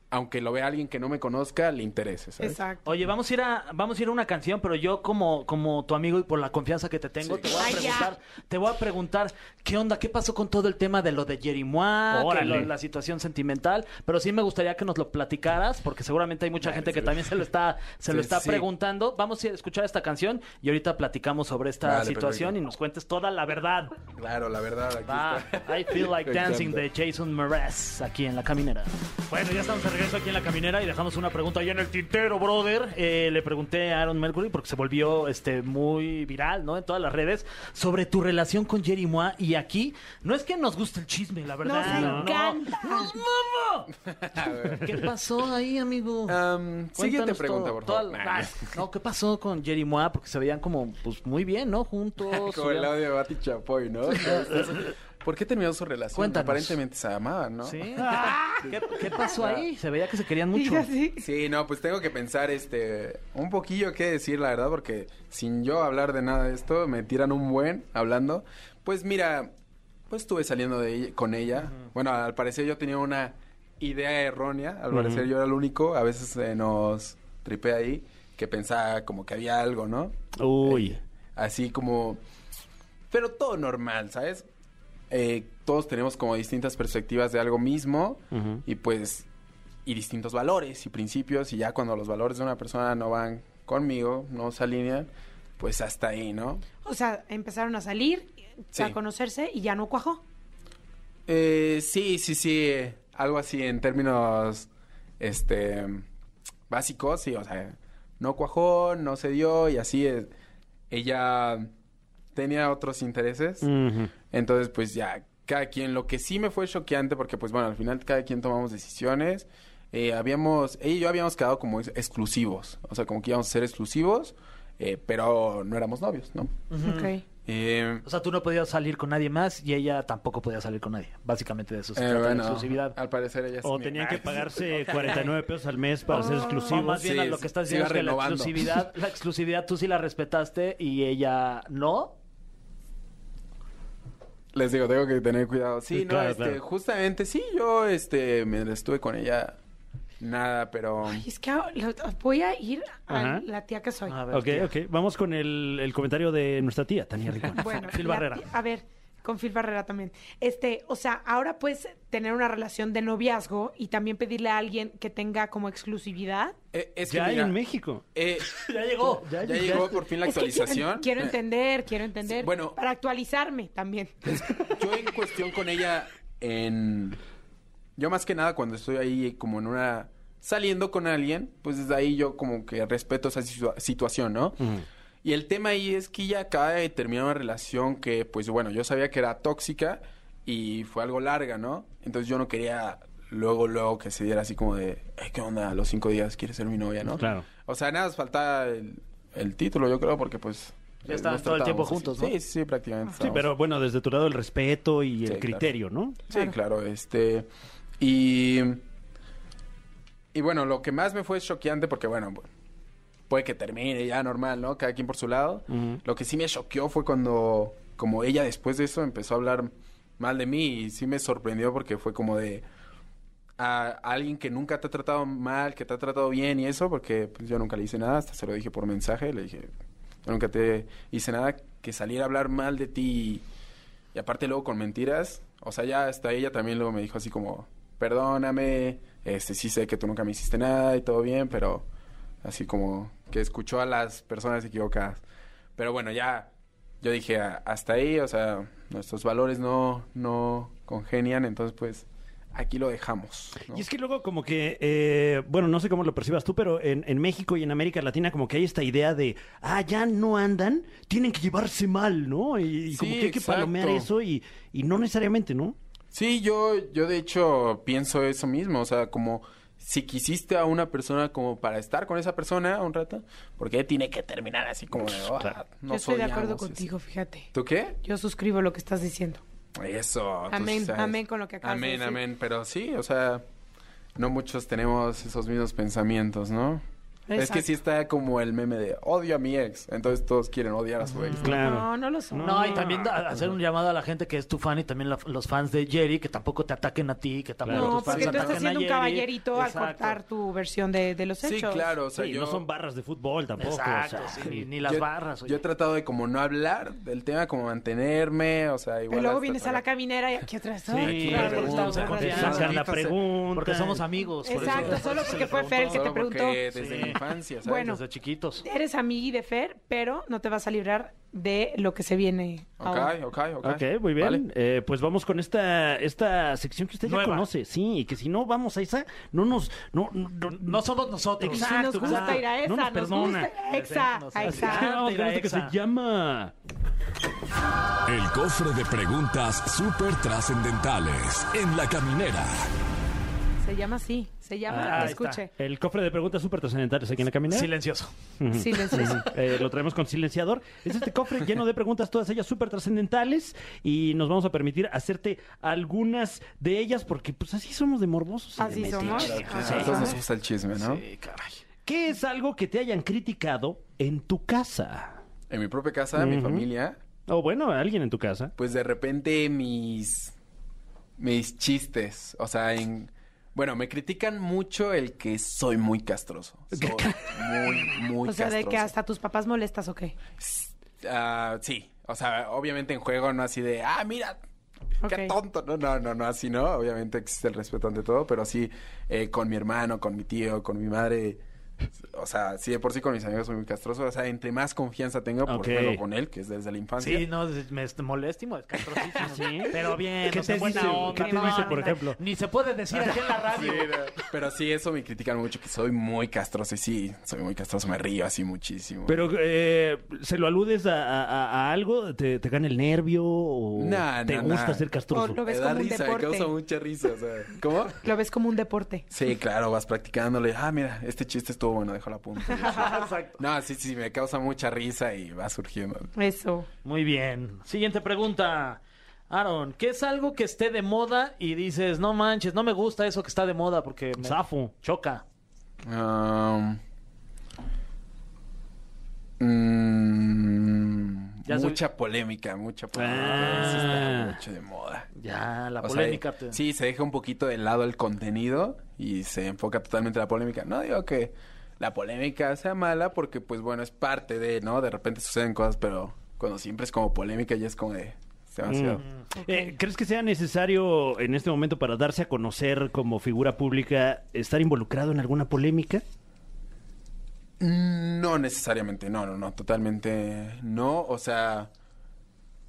S6: aunque lo vea alguien que no me conozca, le interese, ¿sabes?
S3: Exacto.
S4: Oye, vamos a ir a, vamos a ir a una canción, pero yo como, como tu amigo y por la confianza que te tengo,
S6: Sí.
S4: te voy a
S3: Ay, ya.
S4: preguntar, te voy a preguntar, ¿qué onda? ¿Qué pasó con todo el tema de lo de Jerimois, que
S2: Órale.
S4: lo- la situación sentimental? Pero sí me gustaría que nos lo platicaras, porque seguramente hay mucha gente que también se lo está, se lo
S6: Sí,
S4: está
S6: sí.
S4: preguntando. Vamos a ir a escuchar esta canción y ahorita platicamos sobre esta
S6: Vale,
S4: situación
S6: perfecto.
S4: y nos cuentes toda la verdad.
S6: Claro, la verdad, aquí
S4: Va,
S6: está.
S4: I Feel Like
S6: Me
S4: Dancing
S6: encanta.
S4: de Jason Mraz aquí en La Caminera. Bueno, ya estamos de regreso aquí en La Caminera y dejamos una pregunta allá en el tintero, brother. Eh, le pregunté a Aaron Mercury porque se volvió este muy viral, ¿no? En todas las redes sobre tu relación con Jerry Mois y aquí no es que nos guste el chisme, la verdad.
S3: Nos encanta.
S4: ¡Nos mama! ¿Qué pasó ahí, amigo?
S6: Am, Ah, siguiente
S4: Cuéntanos
S6: pregunta,
S4: todo,
S6: por
S4: toda
S6: favor.
S4: la-
S6: Nah.
S4: Ah, No, ¿qué pasó con Jerry Mois? Porque se veían como pues muy bien, ¿no? Juntos.
S6: Como el
S4: subían-
S6: audio de Bati Chapoy, ¿no? ¿Por qué terminó su relación?
S4: Cuéntanos.
S6: Aparentemente se amaban, ¿no?
S4: ¿Sí? ¿Qué, qué pasó ahí? Se veía que se querían
S3: Y
S4: mucho.
S3: así,
S6: Sí, no, pues tengo que pensar este un poquillo qué decir, la verdad, porque sin yo hablar de nada de esto, me tiran un buen hablando. Pues mira, pues estuve saliendo de ella- con ella. Bueno, al parecer yo tenía una idea errónea, al parecer yo era el único, a veces eh, nos tripé ahí, que pensaba como que había algo, ¿no?
S2: Uy.
S6: Así como... Pero todo normal, ¿sabes? eh, todos tenemos como distintas perspectivas de algo mismo
S2: Ujú.
S6: y pues y distintos valores y principios y ya cuando los valores de una persona no van conmigo, no se alinean, pues hasta ahí, ¿no?
S3: O sea, empezaron a salir,
S6: Sí.
S3: a conocerse y ya no cuajó.
S6: Eh, sí, sí, sí, eh, algo así en términos este básicos, sí, o sea, no cuajó, no se dio y así eh, ella tenía otros intereses.
S2: Ujú.
S6: Entonces, pues ya, cada quien, lo que sí me fue choqueante, porque pues bueno, al final cada quien tomamos decisiones. Eh, habíamos, ella y yo habíamos quedado como ex- exclusivos, o sea, como que íbamos a ser exclusivos, eh, pero no éramos novios, ¿no?
S4: Mm.
S3: Ok.
S6: Eh,
S4: O sea, tú no podías salir con nadie más y ella tampoco podía salir con nadie. Básicamente de eso Pues, se
S6: eh,
S4: trata la
S6: bueno,
S4: exclusividad.
S6: al parecer ella sí
S2: O
S6: me-
S2: tenían que
S6: Ay,
S2: pagarse 49 pesos al mes para ser
S4: O más
S2: exclusivos.
S4: bien
S6: sí,
S4: a lo que
S6: sí,
S4: estás
S6: se
S4: diciendo
S6: iba
S4: es que la
S6: renovando.
S4: exclusividad, la exclusividad tú sí la respetaste y ella no.
S6: Les digo, tengo que tener cuidado. Sí,
S2: Sí,
S6: no,
S2: claro,
S6: este,
S2: claro.
S6: justamente sí, yo, este, mientras estuve con ella, nada, pero...
S3: Y es que ah, lo- voy a ir a
S2: Ajá.
S3: la tía que soy.
S4: A ver,
S2: Ok,
S4: tía.
S2: ok. Vamos con el, el comentario de nuestra tía, Tania Rincón.
S3: Bueno,
S4: Phil
S3: la
S4: Barrera.
S3: tía- a ver, con Phil Barrera también. Este, o sea, ahora puedes tener una relación de noviazgo y también pedirle a alguien que tenga como exclusividad.
S6: eh, es que
S2: ya hay
S6: mira,
S2: en México.
S6: eh,
S4: Ya llegó.
S6: ya, llegó por fin la
S3: Es que quiero-
S6: actualización.
S3: quiero,
S6: Eh,
S3: entender, quiero entender.
S6: bueno.
S3: para actualizarme también.
S6: yo en cuestión con ella en yo más que nada cuando estoy ahí como en una saliendo con alguien pues desde ahí yo como que respeto esa situa- situación no y el tema ahí es que ella acaba de terminar una relación que pues bueno yo sabía que era tóxica y fue algo larga no entonces yo no quería luego luego que se diera así como de "Ey, qué onda a los cinco días quieres ser mi novia no
S2: Claro.
S6: o sea nada nos faltaba el, el título yo creo porque pues
S4: Ya
S6: eh,
S4: estaban
S6: nos
S4: todo el tiempo
S6: tratábamos así.
S4: juntos, ¿no?
S6: sí sí prácticamente
S2: Sí,
S6: estábamos
S2: pero bueno, desde tu lado el respeto y el
S6: claro.
S2: criterio, ¿no?
S6: Sí, claro, este. Y. Y bueno, lo que más me fue choqueante, porque bueno, puede que termine ya normal, ¿no? Cada quien por su lado.
S2: Ujú.
S6: Lo que sí me choqueó fue cuando, como ella después de eso empezó a hablar mal de mí y sí me sorprendió porque fue como de a alguien que nunca te ha tratado mal, que te ha tratado bien y eso, porque pues, yo nunca le hice nada, hasta se lo dije por mensaje, le dije, yo nunca te hice nada, que saliera a hablar mal de ti y, y aparte luego con mentiras, o sea, ya hasta ella también luego me dijo así como, perdóname, este, sí sé que tú nunca me hiciste nada y todo bien, pero así como que escuchó a las personas equivocadas. Pero bueno, ya yo dije, "Ah, hasta ahí, o sea, nuestros valores no, no congenian, entonces pues aquí lo dejamos. ¿no?
S2: Y es que luego como que, eh, bueno, no sé cómo lo percibas tú, pero en, en México y en América Latina como que hay esta idea de, ah, ya no andan, tienen que llevarse mal, ¿no? Y, y como
S6: Sí,
S2: que hay que
S6: exacto.
S2: palomear eso y, y no necesariamente, ¿no?
S6: Sí, yo, yo de hecho pienso eso mismo, o sea, como si quisiste a una persona como para estar con esa persona un rato, porque tiene que terminar así como de, "Ah,
S3: Yo
S6: nos
S3: estoy de acuerdo
S6: odiamos", y así.
S3: contigo, fíjate.
S6: ¿Tú qué?
S3: Yo suscribo lo que estás diciendo.
S6: Eso. tú sí
S3: Amén,
S6: sabes.
S3: amén con lo que acabas de
S6: amén,
S3: decir.
S6: Amén, Pero sí, o sea, no muchos tenemos esos mismos pensamientos, ¿no? Es que
S3: Exacto.
S6: sí está como el meme de odio a mi ex, entonces todos quieren odiar a su ex.
S3: No, no lo son.
S4: No, y también da- hacer un llamado a la gente que es tu fan y también la- los fans de Jerry que tampoco te ataquen a ti, que tampoco
S3: No,
S4: tus fans
S3: porque tú
S4: ataquen
S3: estás
S4: a
S3: siendo un
S4: Jerry.
S3: caballerito
S4: Exacto.
S3: al cortar tu versión de, de los
S6: Sí,
S3: hechos.
S6: claro, o sea,
S2: Sí,
S6: yo...
S2: no son barras de fútbol tampoco. o sea.
S4: Exacto, sí, ni, ni las
S6: yo-
S4: barras. oye.
S6: Yo he tratado de como no hablar del tema, como mantenerme, o sea, igual...
S3: Pero luego
S6: hasta
S3: vienes a la
S6: para-
S3: caminera y aquí atrás.
S2: Sí,
S3: ay,
S4: pero
S3: claro,
S4: estamos
S3: claro,
S4: en
S3: claro.
S4: confianza.
S2: sacan la pregunta.
S4: Porque
S6: eh.
S4: somos amigos. por eso-
S3: Exacto, solo porque fue Fer el que te
S6: Solo porque
S3: preguntó.
S6: desde
S4: Sí.
S6: la infancia, ¿sabes?
S3: Bueno.
S4: Desde chiquitos.
S3: Eres amigui de Fer, pero no te vas a librar de lo que se viene. ahora.
S6: Ok, ok, ok.
S2: Ok, muy bien.
S6: Vale.
S2: Eh, pues vamos con esta, esta sección que usted ya
S4: Nueva.
S2: conoce, sí, y que si no vamos a esa, no nos... No, no, no-
S4: No somos nosotros.
S3: Y si Ah, nos
S2: Exacto,
S3: gusta
S2: claro.
S3: ir a esa,
S2: No nos
S3: nos,
S2: perdona.
S3: gusta ir a Exa,
S4: Nos-
S3: a
S4: nos-
S3: Exa.
S4: Exacto,
S2: Ah, tenemos
S4: la
S2: lo que se
S4: exa.
S2: llama...
S1: El cofre de preguntas súper trascendentales en la caminera.
S3: Se llama así, se llama,
S4: Ah, ahí
S3: escuche,
S2: El cofre de preguntas súper trascendentales aquí en la caminera.
S4: Silencioso.
S3: silencio.
S2: Eh, lo traemos con silenciador. Es este cofre lleno de preguntas, todas ellas súper trascendentales. Y nos vamos a permitir hacerte algunas de ellas, porque pues así somos de morbosos. y de
S3: Así somos.
S2: metiches.
S3: Ajá.
S6: Entonces nos gusta el chisme, ¿no?
S4: Sí, caray.
S2: ¿Qué es algo que te hayan criticado en tu casa?
S6: En mi propia casa, mi familia,
S2: O bueno, alguien en tu casa.
S6: pues de repente mis mis chistes, o sea, en bueno, me critican mucho el que soy muy castroso. Soy muy muy
S3: O sea, de que
S6: castroso.
S3: hasta tus papás molestas, ¿o qué?
S6: Ah, sí, o sea, obviamente en juego no así de, ah, mira, qué
S3: Ok.
S6: tonto. No, no, no, no, así no. Obviamente existe el respeto ante todo, pero así eh, con mi hermano, con mi tío, con mi madre. O sea, sí, de por sí con mis amigos soy muy castroso. O sea, entre más confianza tenga, por
S2: Ok.
S6: ejemplo, con él, que es desde la infancia.
S4: Sí, no, me est- molestimo, es castrosísimo.
S2: ¿Sí?
S4: Pero bien,
S2: ¿Qué
S4: o sea,
S2: te
S4: buena
S2: dice?
S4: onda,
S2: ¿Qué te dice, por
S4: ni-
S2: ejemplo?
S4: Ni se puede decir aquí en la
S6: Sí,
S4: radio.
S6: no. Pero sí, eso me critican mucho, que soy muy castroso. Y sí, soy muy castroso, me río así muchísimo.
S2: Pero, eh, ¿se lo aludes a, a- a algo? ¿Te, te gana el nervio? ¿O
S6: Nah,
S2: te
S6: nah,
S2: gusta
S6: nah.
S2: ser castroso?
S3: O lo- ves
S6: me da
S3: como un
S6: risa, me
S3: deporte.
S6: causa mucha risa. O sea, ¿Cómo?
S3: Lo ves como un deporte.
S6: Sí, claro, vas practicándole. Ah, mira, este chiste estuvo bueno, déjalo a punto.
S4: Exacto.
S6: No, sí, sí, me causa mucha risa y va surgiendo.
S3: Eso.
S4: Muy bien. Siguiente pregunta. Aaron, ¿qué es algo que esté de moda y dices, no manches, no me gusta eso que está de moda porque me
S2: Zafo.
S4: choca?
S6: Um, mm,
S4: Ya soy-
S6: mucha polémica, mucha polémica.
S2: Ah.
S6: Eso está mucho de moda.
S4: Ya, la
S6: O sea,
S4: polémica. te-
S6: sí, se deja un poquito de lado el contenido y se enfoca totalmente en la polémica. No digo que la polémica sea mala porque, pues bueno, es parte de, ¿no? De repente suceden cosas, pero cuando siempre es como polémica ya es como de... es demasiado.
S3: Mm,
S2: Eh, ¿Crees que sea necesario en este momento para darse a conocer como figura pública estar involucrado en alguna polémica? Mm.
S6: No necesariamente, no, no, no, totalmente no, o sea,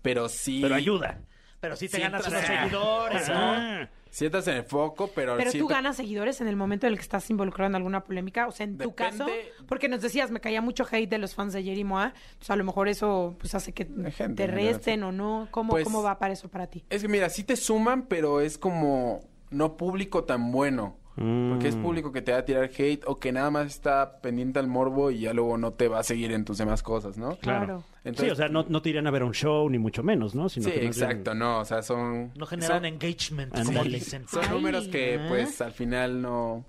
S6: pero sí...
S2: Pero ayuda.
S4: Pero sí te
S6: Sí,
S4: ganas
S6: entonces-
S4: unos seguidores, ¿no?
S2: Ah.
S6: Sientas en el foco, pero...
S3: Pero tú
S6: siento-
S3: ganas seguidores en el momento en el que estás involucrado en alguna polémica, o sea, en tu caso,
S6: Depende-
S3: porque nos decías, me caía mucho hate de los fans de Jerry Moa, pues a lo mejor eso pues hace que
S6: gente,
S3: te
S6: ¿no?
S3: resten o no, ¿cómo,
S6: Pues-
S3: cómo va para eso para ti?
S6: Es que mira, sí te suman, pero es como no público tan bueno. Porque es público que te va a tirar hate o que nada más está pendiente al morbo y ya luego no te va a seguir en tus demás cosas, ¿no?
S3: Claro.
S2: sí, o sea, no, no te irían a ver a un show, ni mucho menos, ¿no? Sino
S6: sí,
S2: que más bien-
S6: exacto, no, o sea, son...
S4: No generan
S6: son-
S4: engagement,
S2: Ándale.
S4: como dicen.
S6: Son
S3: Ay.
S6: números
S4: ¿eh?
S6: que, pues, al final no,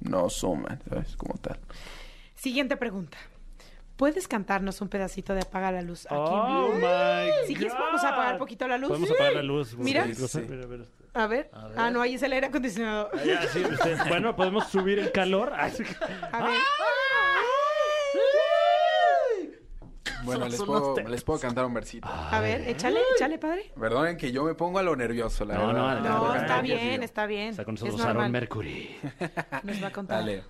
S6: no suman, ¿sabes? Como tal.
S3: Siguiente pregunta. ¿Puedes cantarnos un pedacito de Apaga la Luz aquí
S2: Oh
S3: en vivo?
S2: my
S3: Si quieres
S2: God.
S3: podemos apagar poquito la luz.
S2: Podemos apagar la luz.
S3: Mira.
S2: Sí, sí.
S6: A ver.
S2: A ver.
S3: A ver. Ah, no, ahí es el aire acondicionado.
S2: Ya, sí, usted- Bueno, podemos subir el calor. Ay, sí.
S3: A ver.
S6: Bueno,
S4: Son-
S6: les
S4: son
S6: puedo,
S4: los temas.
S6: les puedo cantar un versito.
S3: A ver, échale, échale, padre.
S6: Perdonen que yo me pongo a lo nervioso, la
S2: No,
S6: verdad.
S2: no,
S6: Ah, Ya
S2: adelante.
S6: me
S3: No,
S6: pongo
S3: está
S6: nervioso.
S3: bien, está bien.
S2: Está con
S3: Es
S2: nosotros
S3: normal.
S2: Aaron Mercury.
S3: Nos va a contar.
S6: Dale.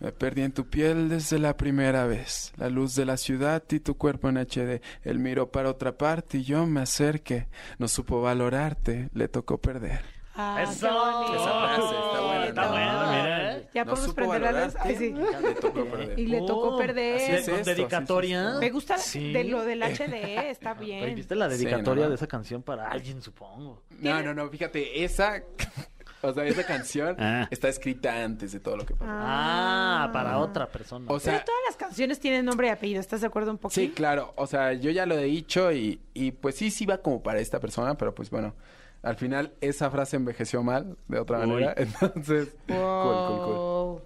S6: Me perdí en tu piel desde la primera vez. La luz de la ciudad y tu cuerpo en HD. Él miró para otra parte y yo me acerqué. No supo valorarte, le tocó perder.
S3: Ah,
S4: Eso.
S3: qué bonito.
S6: Esa frase está
S3: Oh,
S6: buena,
S4: Está
S6: ¿no?
S4: buena, mira.
S2: Mira.
S3: Ya
S6: no
S3: podemos
S6: supo
S3: prender la luz. Ay, sí.
S6: valorarte, Le tocó perder.
S3: Eh, Y le tocó
S4: Oh,
S6: así
S3: perder.
S6: es
S4: Con
S6: esto,
S4: dedicatoria.
S6: sí, sí, Ah,
S3: Me gusta
S4: Sí.
S3: de lo del HD, E, está
S4: Oye,
S3: bien.
S4: ¿Viste la
S6: Sí,
S4: dedicatoria
S6: no, no.
S4: de esa canción para alguien, supongo?
S6: No, no, no, fíjate, esa... O sea, esa canción
S2: Ah.
S6: está escrita antes de todo lo que pasó.
S4: Ah, para otra persona.
S6: O sea,
S3: Pero todas las canciones tienen nombre y apellido, ¿estás de acuerdo un poquito?
S6: Sí, claro. O sea, yo ya lo he dicho y, y pues sí, sí va como para esta persona, pero pues bueno, al final esa frase envejeció mal de otra
S2: Uy.
S6: manera. Entonces, cool, cool, cool.
S3: Wow.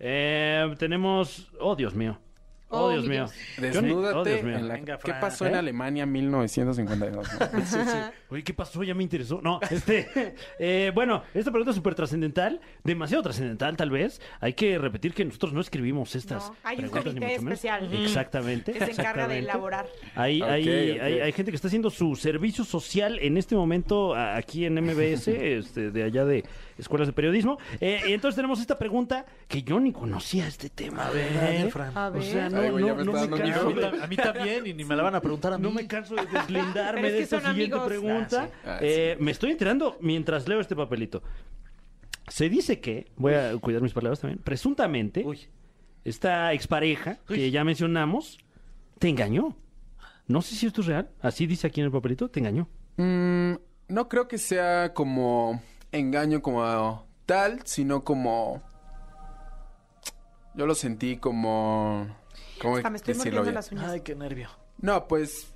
S2: Eh, tenemos. Oh, Dios mío. Oh,
S3: Oh,
S2: Dios
S3: mi
S2: mío. Johnny- oh,
S6: Desnúdate
S2: Dios mío.
S6: en la-
S4: Venga,
S6: ¿Qué
S4: Fran.
S6: pasó en
S2: ¿Eh?
S6: Alemania 1952? no?
S2: Oye, ¿qué pasó? Ya me interesó. No, este. eh, bueno, esta pregunta es súper trascendental. Demasiado trascendental, tal vez. Hay que repetir que nosotros no escribimos estas.
S3: No, hay un
S2: preguntas,
S3: comité
S2: ni mucho menos.
S3: especial. Ujú.
S2: Exactamente.
S3: Que se encarga
S2: exactamente.
S3: de elaborar.
S2: Hay,
S6: Ok,
S2: hay,
S6: ok.
S2: Hay, hay gente que está haciendo su servicio social en este momento a- aquí en MBS, este, de allá de Escuelas de Periodismo. Eh, y entonces tenemos esta pregunta que yo ni conocía este tema.
S4: A ver,
S2: ¿verdad, eh?
S4: Fran.
S3: A
S2: O sea,
S3: ver.
S2: no,
S6: Ay, güey, ya
S2: no,
S6: me
S2: no
S6: está
S2: me
S6: dando
S4: A
S2: canso
S4: mí,
S6: miedo.
S2: de-
S4: ta- a mí también, y ni me la van a preguntar a mí.
S2: no me canso de deslindarme
S3: Pero es
S2: de
S3: que
S2: esta
S3: son
S2: siguiente
S3: amigos.
S2: pregunta.
S4: Ah,
S6: sí. Ah,
S2: Eh, Me estoy enterando mientras leo este papelito. Se dice que, voy a cuidar mis palabras también, presuntamente,
S4: Uy.
S2: esta expareja que
S4: Uy.
S2: ya mencionamos te engañó. No sé si esto es real. Así dice aquí en el papelito, te engañó.
S6: Mm, no creo que sea como engaño como tal, sino como... Yo lo sentí como... ¿Cómo
S3: Hasta me estoy
S6: decirlo
S3: mordiendo
S6: bien?
S3: las uñas.
S4: Ay, qué nervio.
S6: No, pues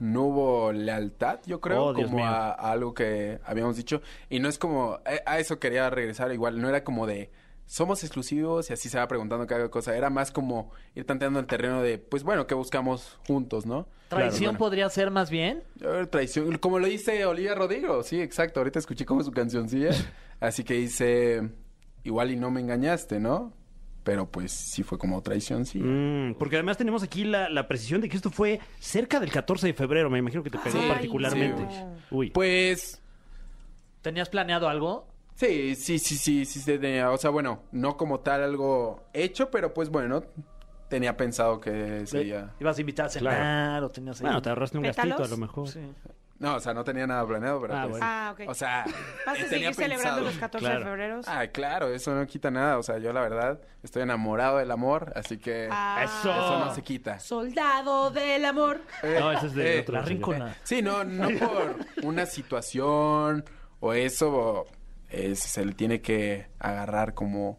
S6: no hubo lealtad, yo creo,
S2: Oh, Dios
S6: como
S2: mío.
S6: a, a algo que habíamos dicho. Y no es como, eh, a, eso quería regresar igual, no era como de, somos exclusivos y así se va preguntando cada cosa. Era más como ir tanteando el terreno de, pues bueno, ¿qué buscamos juntos, no?
S4: Traición
S6: Claro,
S4: podría ser más bien.
S6: bueno. A ver, traición, como lo dice Olivia Rodrigo, sí, exacto, ahorita escuché como su cancioncilla. así que dice, igual y no me engañaste, ¿no? pero pues sí fue como traición, sí.
S2: Mm, porque además tenemos aquí la, la precisión de que esto fue cerca del 14 de febrero. Me imagino que te pegó
S6: Sí,
S2: particularmente.
S6: sí.
S2: Uy.
S6: Pues
S4: ¿Tenías planeado algo?
S6: sí, sí, sí, sí, sí se tenía, o sea, bueno, no como tal algo hecho, pero pues bueno, tenía pensado que ese día...
S4: ¿Ibas a invitar a cenar o tenías ahí-
S2: bueno, te ahorraste un
S3: ¿Pétalos?
S2: gastito a lo mejor.
S4: Sí.
S6: No, o sea, no tenía nada planeado, pero
S2: Ah,
S6: pues,
S2: bueno.
S3: Ah, ok.
S6: O sea,
S3: ¿Vas a
S6: tenía
S3: seguir celebrando
S6: pensado.
S3: los 14
S2: Claro.
S3: de febrero?
S6: Ah, claro, eso no quita nada. O sea, yo la verdad estoy enamorado del amor, así que
S3: Ah.
S2: Eso.
S6: eso no se quita.
S3: Soldado del amor.
S6: Eh,
S2: No, ese es de
S6: eh,
S2: otro.
S4: La
S2: señor.
S4: rincona.
S6: Sí, no, no por una situación o eso. o- es- se le tiene que agarrar como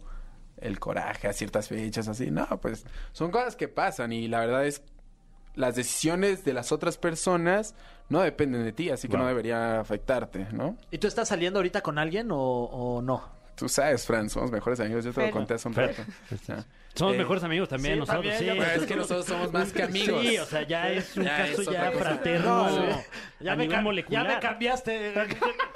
S6: el coraje a ciertas fechas, así. No, pues son cosas que pasan y la verdad es las decisiones de las otras personas no dependen de ti, así que
S2: Wow.
S6: no debería afectarte, ¿no?
S4: ¿Y tú estás saliendo ahorita con alguien o, o no?
S6: Tú sabes, Fran, somos mejores amigos, yo te
S3: Fer.
S6: lo conté hace un
S2: Fer.
S6: rato. Ah.
S2: Somos
S6: Eh,
S2: mejores amigos también
S4: sí,
S2: Pues nosotros.
S4: también,
S2: sí.
S4: yo
S6: Pero es que nosotros somos más que amigos.
S2: Sí, o sea, ya es un
S6: Ya
S2: caso
S6: es
S2: ya
S6: otra cosa.
S2: fraterno.
S6: No,
S2: a
S4: Ya, me
S2: nivel
S4: cam-
S2: molecular.
S4: ya me cambiaste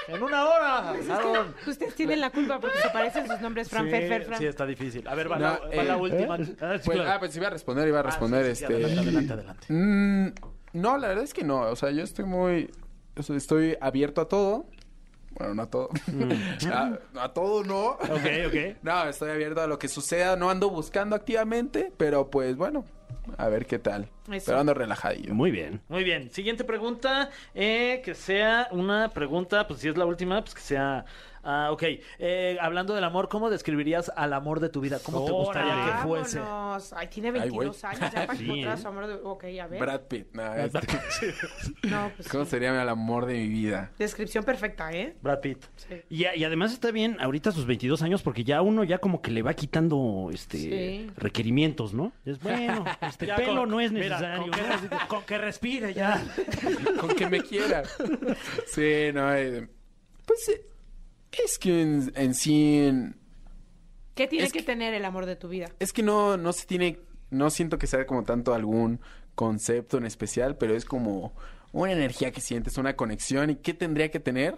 S4: en una hora. Aaron.
S3: Ustedes tienen la culpa porque se parecen sus nombres Fran
S4: Sí,
S3: Fer, Fer, Fran.
S4: sí, está difícil. A ver, va,
S6: No,
S4: la, va
S6: eh,
S4: la última.
S2: Ah, sí,
S6: Pues,
S2: claro.
S6: Ah, pues iba a responder, iba a responder
S4: Ah, sí, sí, sí,
S6: este.
S4: Adelante, adelante, adelante.
S6: Mm, no, la verdad es que no. O sea, yo estoy muy. o sea, estoy abierto a todo. Bueno, no a todo. a, a todo no.
S2: Ok, ok.
S6: No, estoy abierto a lo que suceda. No ando buscando activamente, pero pues bueno, a ver qué tal.
S3: Eso.
S6: Pero ando relajadillo.
S2: Muy bien.
S4: Muy bien, siguiente pregunta, eh, que sea una pregunta, pues si es la última, pues que sea... Ah, ok, Eh, hablando del amor, ¿cómo describirías al amor de tu vida? ¿Cómo te gustaría que fuese?
S3: Vámonos. Ay, tiene
S6: Ay,
S3: 22
S6: güey.
S3: años. Ya para
S2: Sí,
S3: encontrar
S2: ¿eh?
S3: su amor. De... Ok, a ver.
S6: Brad Pitt. No, este,
S3: No, pues
S6: ¿Cómo
S3: sí.
S6: sería el amor de mi vida?
S3: Descripción perfecta, ¿eh?
S4: Brad Pitt.
S3: Sí.
S2: Y, a- y además está bien ahorita sus 22 años porque ya uno ya como que le va quitando este
S3: Sí.
S2: requerimientos, ¿no? Es bueno, este
S4: Ya
S2: pelo
S4: con-
S2: no es
S4: mira,
S2: necesario.
S4: con, que, res- con que respire ya.
S6: Con que me quiera. Sí, no. eh, pues eh, es que en, en sí. en-
S3: ¿Qué tiene
S6: Es
S3: que,
S6: que-
S3: tener el amor de tu vida?
S6: Es que no, no se tiene, no siento que sea como tanto algún concepto en especial, pero es como una energía que sientes, una conexión. ¿Y qué tendría que tener?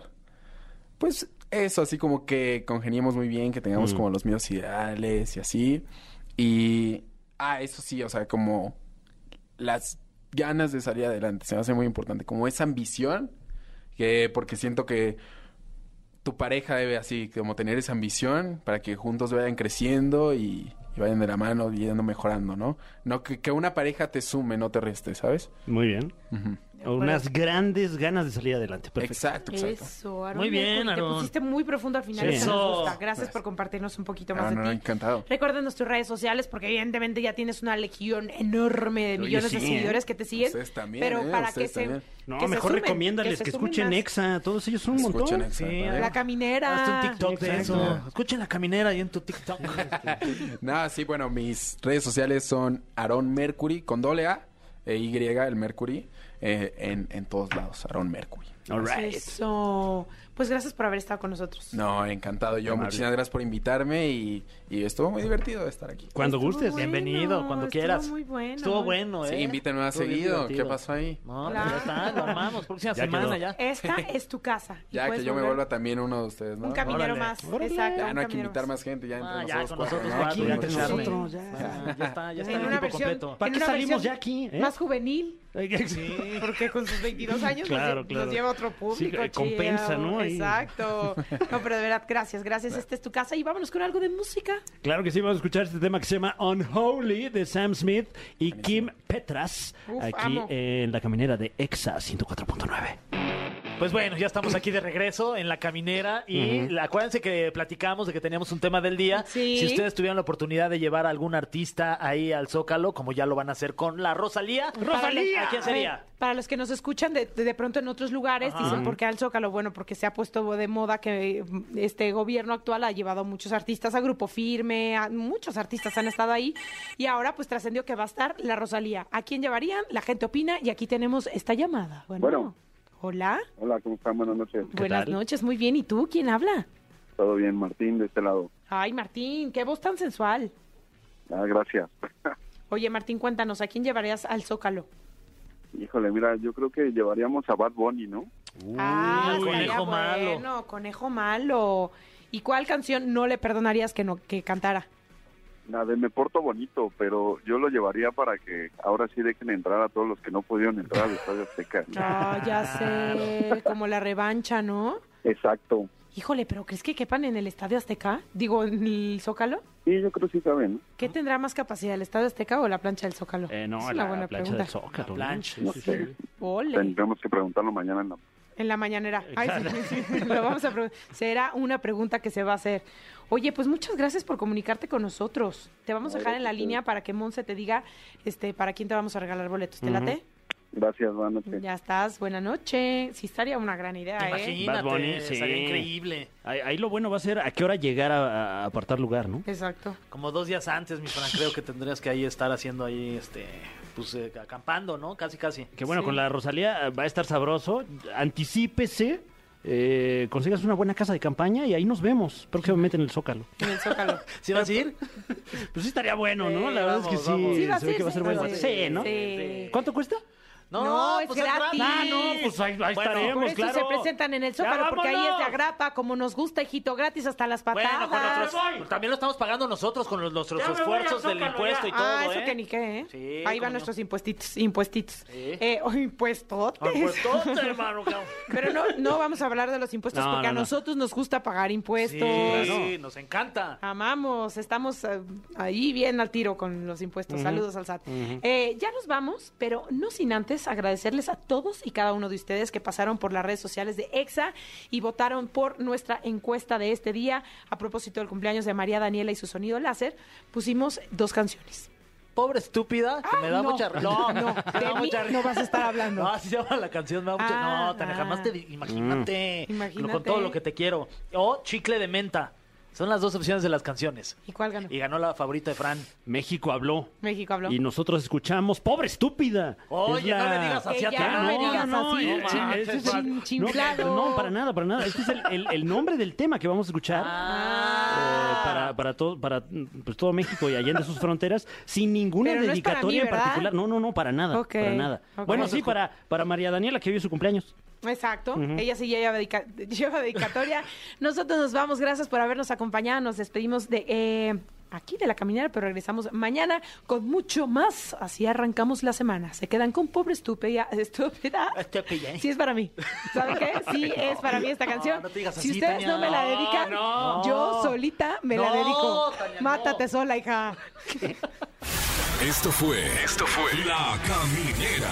S6: Pues eso, así como que congeniemos muy bien, que tengamos como los míos ideales y así. Y, ah, eso sí, o sea, como las ganas de salir adelante, se me hace muy importante, como esa ambición, que porque siento que tu pareja debe así, como tener esa ambición para que juntos vayan creciendo y, y vayan de la mano y yendo mejorando, ¿no? No que, que una pareja te sume, no te reste, ¿sabes?
S2: Muy bien. Unas grandes ganas de salir adelante. Perfecto.
S6: Exacto, exacto.
S3: Eso, Aaron.
S4: Muy bien,
S3: Mercury,
S4: Aaron.
S3: Te pusiste muy profundo al final.
S2: Sí.
S3: Eso nos
S4: Eso.
S3: gusta. Gracias por compartirnos un poquito
S6: Ah,
S3: más
S6: no,
S3: de
S6: no,
S3: ti.
S6: encantado.
S3: Recuerden tus redes sociales porque evidentemente ya tienes una legión enorme de
S6: Oye,
S3: millones de
S6: sí,
S3: seguidores
S6: ¿eh?
S3: que te siguen.
S6: Ustedes también,
S3: pero
S6: ¿eh?
S3: para que
S6: Ustedes
S3: se,
S6: también.
S2: No,
S3: que se
S2: mejor
S3: sumen,
S2: recomiéndales
S3: se
S2: que,
S3: sumen
S2: escuchen
S3: más.
S2: Exa. Todos ellos son un
S6: Escuchen, ¿eh?
S2: montón.
S6: exacto.
S4: Sí,
S3: La caminera.
S4: Hazte un TikTok de
S2: Exacto.
S4: eso. Escuchen la caminera ahí en tu TikTok.
S6: Nada, sí, bueno, mis redes sociales son Aaron Mercury con doble A e Y, el Mercury, eh, en, en todos lados, Aaron Mercury.
S2: All right.
S3: Eso. Pues gracias por haber estado con nosotros.
S6: No, encantado yo.
S2: Amable.
S6: Muchísimas gracias por invitarme y, y estuvo muy divertido estar aquí.
S2: Cuando
S3: Estuvo
S2: gustes.
S3: bueno.
S4: Bienvenido, cuando
S3: estuvo
S4: quieras.
S3: muy bueno.
S4: Estuvo bueno, ¿eh?
S6: Sí, invítenme más
S4: Estuvo bien
S6: seguido.
S4: divertido.
S6: ¿Qué pasó ahí?
S4: No,
S3: Claro.
S4: pues ya está, lo armamos. Próxima
S2: Ya
S4: semana
S2: quedó.
S4: ya.
S3: Esta es tu casa. y
S6: Ya que
S3: puedes
S6: yo me
S3: volver
S6: vuelva también uno de ustedes, ¿no?
S3: Un caminero
S4: Órale.
S3: más.
S2: Órale.
S3: Exacto.
S6: Ya
S3: un
S6: no hay que
S3: caminero
S6: invitar
S3: más.
S6: más gente, ya entre
S4: Ah, ya,
S6: nosotros
S4: con
S6: cuatro,
S4: nosotros
S6: ¿no?
S4: cuatro,
S6: Aquí,
S4: ya
S6: entre
S4: tenemos
S6: nosotros.
S2: nosotros,
S4: Ah, ya está, ya está
S3: En
S4: el
S3: una
S4: equipo
S3: versión,
S4: completo.
S2: ¿Para
S3: en
S2: qué
S3: una
S2: salimos
S3: versión
S2: ya aquí, eh?
S3: Más juvenil.
S2: Sí.
S3: Porque con sus 22 años nos
S2: Claro,
S3: lle- nos,
S2: claro.
S3: lleva a otro
S2: Sí,
S3: público.
S2: que compensa,
S3: chido.
S2: ¿no? Ahí.
S3: Exacto. No, pero de verdad, gracias, gracias. Esta es tu casa y vámonos con algo de música.
S2: Claro que sí, vamos a escuchar este tema que se llama Unholy de Sam Smith y Kim Petras
S3: Uf,
S2: aquí
S3: amo.
S2: en la caminera de Exa 104.9.
S4: Pues bueno, ya estamos aquí de regreso en la caminera y la- acuérdense que platicamos de que teníamos un tema del día.
S3: Sí.
S4: Si ustedes tuvieran la oportunidad de llevar a algún artista ahí al Zócalo, como ya lo van a hacer con la Rosalía.
S3: Para los-
S4: ¿A quién sería?
S3: ver, Para los que nos escuchan de, de pronto en otros lugares,
S4: Ajá.
S3: dicen, ¿por qué al Zócalo? Bueno, porque se ha puesto de moda que eh, este gobierno actual ha llevado a muchos artistas, a Grupo Firme, a- muchos artistas han estado ahí. Y ahora, pues trascendió que va a estar la Rosalía. ¿A quién llevarían? La gente opina y aquí tenemos esta llamada. Bueno.
S7: Bueno.
S3: Hola.
S7: Hola, ¿cómo están? Buenas noches.
S3: Buenas
S2: tal?
S3: noches, muy bien. ¿Y tú? ¿Quién habla?
S7: Todo bien, Martín, de este lado.
S3: Ay, Martín, qué voz tan sensual.
S7: Ah, gracias.
S3: Oye, Martín, cuéntanos, ¿a quién llevarías al Zócalo?
S7: Híjole, mira, yo creo que llevaríamos a Bad Bunny, ¿no?
S3: ah,
S4: Uy,
S3: estaría
S4: conejo malo.
S3: bueno, conejo malo. ¿Y cuál canción no le perdonarías que no que cantara?
S7: La de Me Porto Bonito, pero yo lo llevaría para que ahora sí dejen entrar a todos los que no pudieron entrar al Estadio Azteca.
S3: Ah, ya sé, como la revancha, ¿no?
S7: Exacto.
S3: Híjole, pero ¿crees que quepan en el Estadio Azteca? Digo, en el Zócalo.
S7: Y yo creo que sí saben.
S3: ¿Qué tendrá más capacidad, el Estadio Azteca o la plancha del Zócalo?
S2: Eh, no,
S3: Es
S2: la,
S3: una buena
S2: plancha
S3: pregunta.
S2: del Zócalo. ¿no?
S4: Planche.
S7: No
S4: sí,
S7: sé.
S4: sí.
S3: Ole.
S7: Tendremos que preguntarlo mañana en la...
S3: En la mañanera. Ay, sí, sí, lo vamos a pregun- Será una pregunta que se va a hacer. Oye, pues muchas gracias por comunicarte con nosotros. Te vamos a dejar en la línea para que Monse te diga este, para quién te vamos a regalar boletos. ¿Te late?
S7: Gracias, buenas noches.
S3: Ya estás. Buena noche. Sí, estaría una gran idea, ¿eh?
S4: Imagínate,
S2: Bad Bunny, sí.
S4: estaría increíble.
S2: Ahí, ahí lo bueno va a ser a qué hora llegar a, a apartar lugar, ¿no?
S3: Exacto.
S4: Como dos días antes, mi Fran, creo que tendrías que ahí estar haciendo ahí, este, pues, eh, acampando, ¿no? Casi, casi.
S2: Que bueno,
S3: Sí.
S2: con la Rosalía eh, va a estar sabroso. Anticípese, eh, consigas una buena casa de campaña y ahí nos vemos próximamente en el Zócalo.
S3: En el Zócalo.
S4: ¿Sí vas a ir?
S2: Pues sí estaría bueno, ¿no?
S4: Sí,
S2: La verdad es que
S4: vamos,
S2: sí.
S4: vamos.
S3: Sí, va a
S2: se ve
S3: ser,
S2: que va a ser
S3: sí,
S2: bueno.
S3: va a ser.
S2: Sí, ¿no?
S3: Sí.
S2: ¿Cuánto cuesta?
S3: No, es gratis.
S2: Ah, no, pues ahí, ahí
S4: pues, Bueno,
S3: Por
S2: estaremos,
S3: eso
S2: claro.
S3: se presentan en el Zócalo,
S2: ¡Ya
S3: porque ahí es de
S2: vámonos!
S3: agrapa, como nos gusta, hijito, gratis hasta las
S4: Bueno,
S3: patadas.
S4: con nuestros- pues,
S2: ¡Ya me voy!
S4: también lo estamos pagando nosotros con los- nuestros
S2: ¡Ya me voy
S4: esfuerzos
S2: al
S4: del
S2: Zócalo,
S4: impuesto
S2: ya!
S4: y todo,
S3: ah, eso
S4: ¿eh?
S3: que ni qué, ¿eh?
S4: Sí,
S3: Ahí
S4: cómo
S3: van
S4: no.
S3: nuestros impuestitos, impuestitos.
S4: Sí.
S3: Eh, o impuestotes.
S4: Ah, pues, tonto, hermano, cabrón.
S3: Pero no, no vamos a hablar de los impuestos
S2: No,
S3: porque a
S2: no, no.
S3: nosotros nos gusta pagar
S4: Sí,
S3: impuestos.
S4: claro. nos encanta.
S3: Amamos, estamos eh, ahí bien al tiro con los impuestos. Saludos al SAT. Eh, ya nos vamos, pero no sin antes agradecerles a todos y cada uno de ustedes que pasaron por las redes sociales de EXA y votaron por nuestra encuesta de este día. A propósito del cumpleaños de María Daniela y su sonido láser, pusimos dos canciones.
S4: Pobre estúpida, que me da
S3: no.
S4: mucha risa.
S3: No, no,
S4: me
S3: de
S4: da
S3: mí
S4: mucha risa.
S3: no vas a estar hablando.
S4: No, así se llama la canción, me da mucha...
S3: Ah, mm.
S4: no, Tania,
S3: ah.
S4: jamás te... di- Imagínate.
S3: Imagínate.
S4: Con todo lo que te quiero. O chicle de menta. Son las dos opciones de las canciones.
S3: ¿Y cuál ganó?
S4: Y ganó la favorita de Fran.
S2: México habló.
S3: México habló.
S2: Y nosotros escuchamos, pobre estúpida.
S4: Oye,
S2: Es
S4: no le digas así a
S3: Que ya
S4: Tania.
S3: no me digas así,
S2: eh,
S4: chin-
S2: manches,
S4: ese es
S2: Fran.
S3: chin-
S2: No,
S3: chinflado.
S2: No, para nada, para nada. Este es el, el- el nombre del tema que vamos a escuchar.
S3: Ah.
S2: eh, para para todo para mm, pues, todo México y allende sus fronteras sin ninguna
S3: Pero no es para mí,
S2: dedicatoria en
S3: ¿verdad?
S2: particular no no no para nada
S3: Ok,
S2: para nada
S3: ok.
S2: bueno sí para para María Daniela que vive su cumpleaños
S3: Exacto, ella sí ya lleva, dedica- lleva dedicatoria. Nosotros nos vamos, gracias por habernos acompañado, nos despedimos de eh, aquí de la caminera, pero regresamos mañana con mucho más. Así arrancamos la semana. Se quedan con pobre estúpida, estúpida.
S4: Estúpida.
S3: Sí es para mí. ¿Saben qué? Sí es para mí esta
S4: No,
S3: canción.
S4: no te digas
S3: si
S4: así,
S3: ustedes
S4: Tania.
S3: no me la dedican,
S4: No, no.
S3: yo solita me la
S4: No,
S3: dedico.
S4: Tania, no.
S3: Mátate sola, hija.
S1: Esto fue. Esto fue. La Caminera.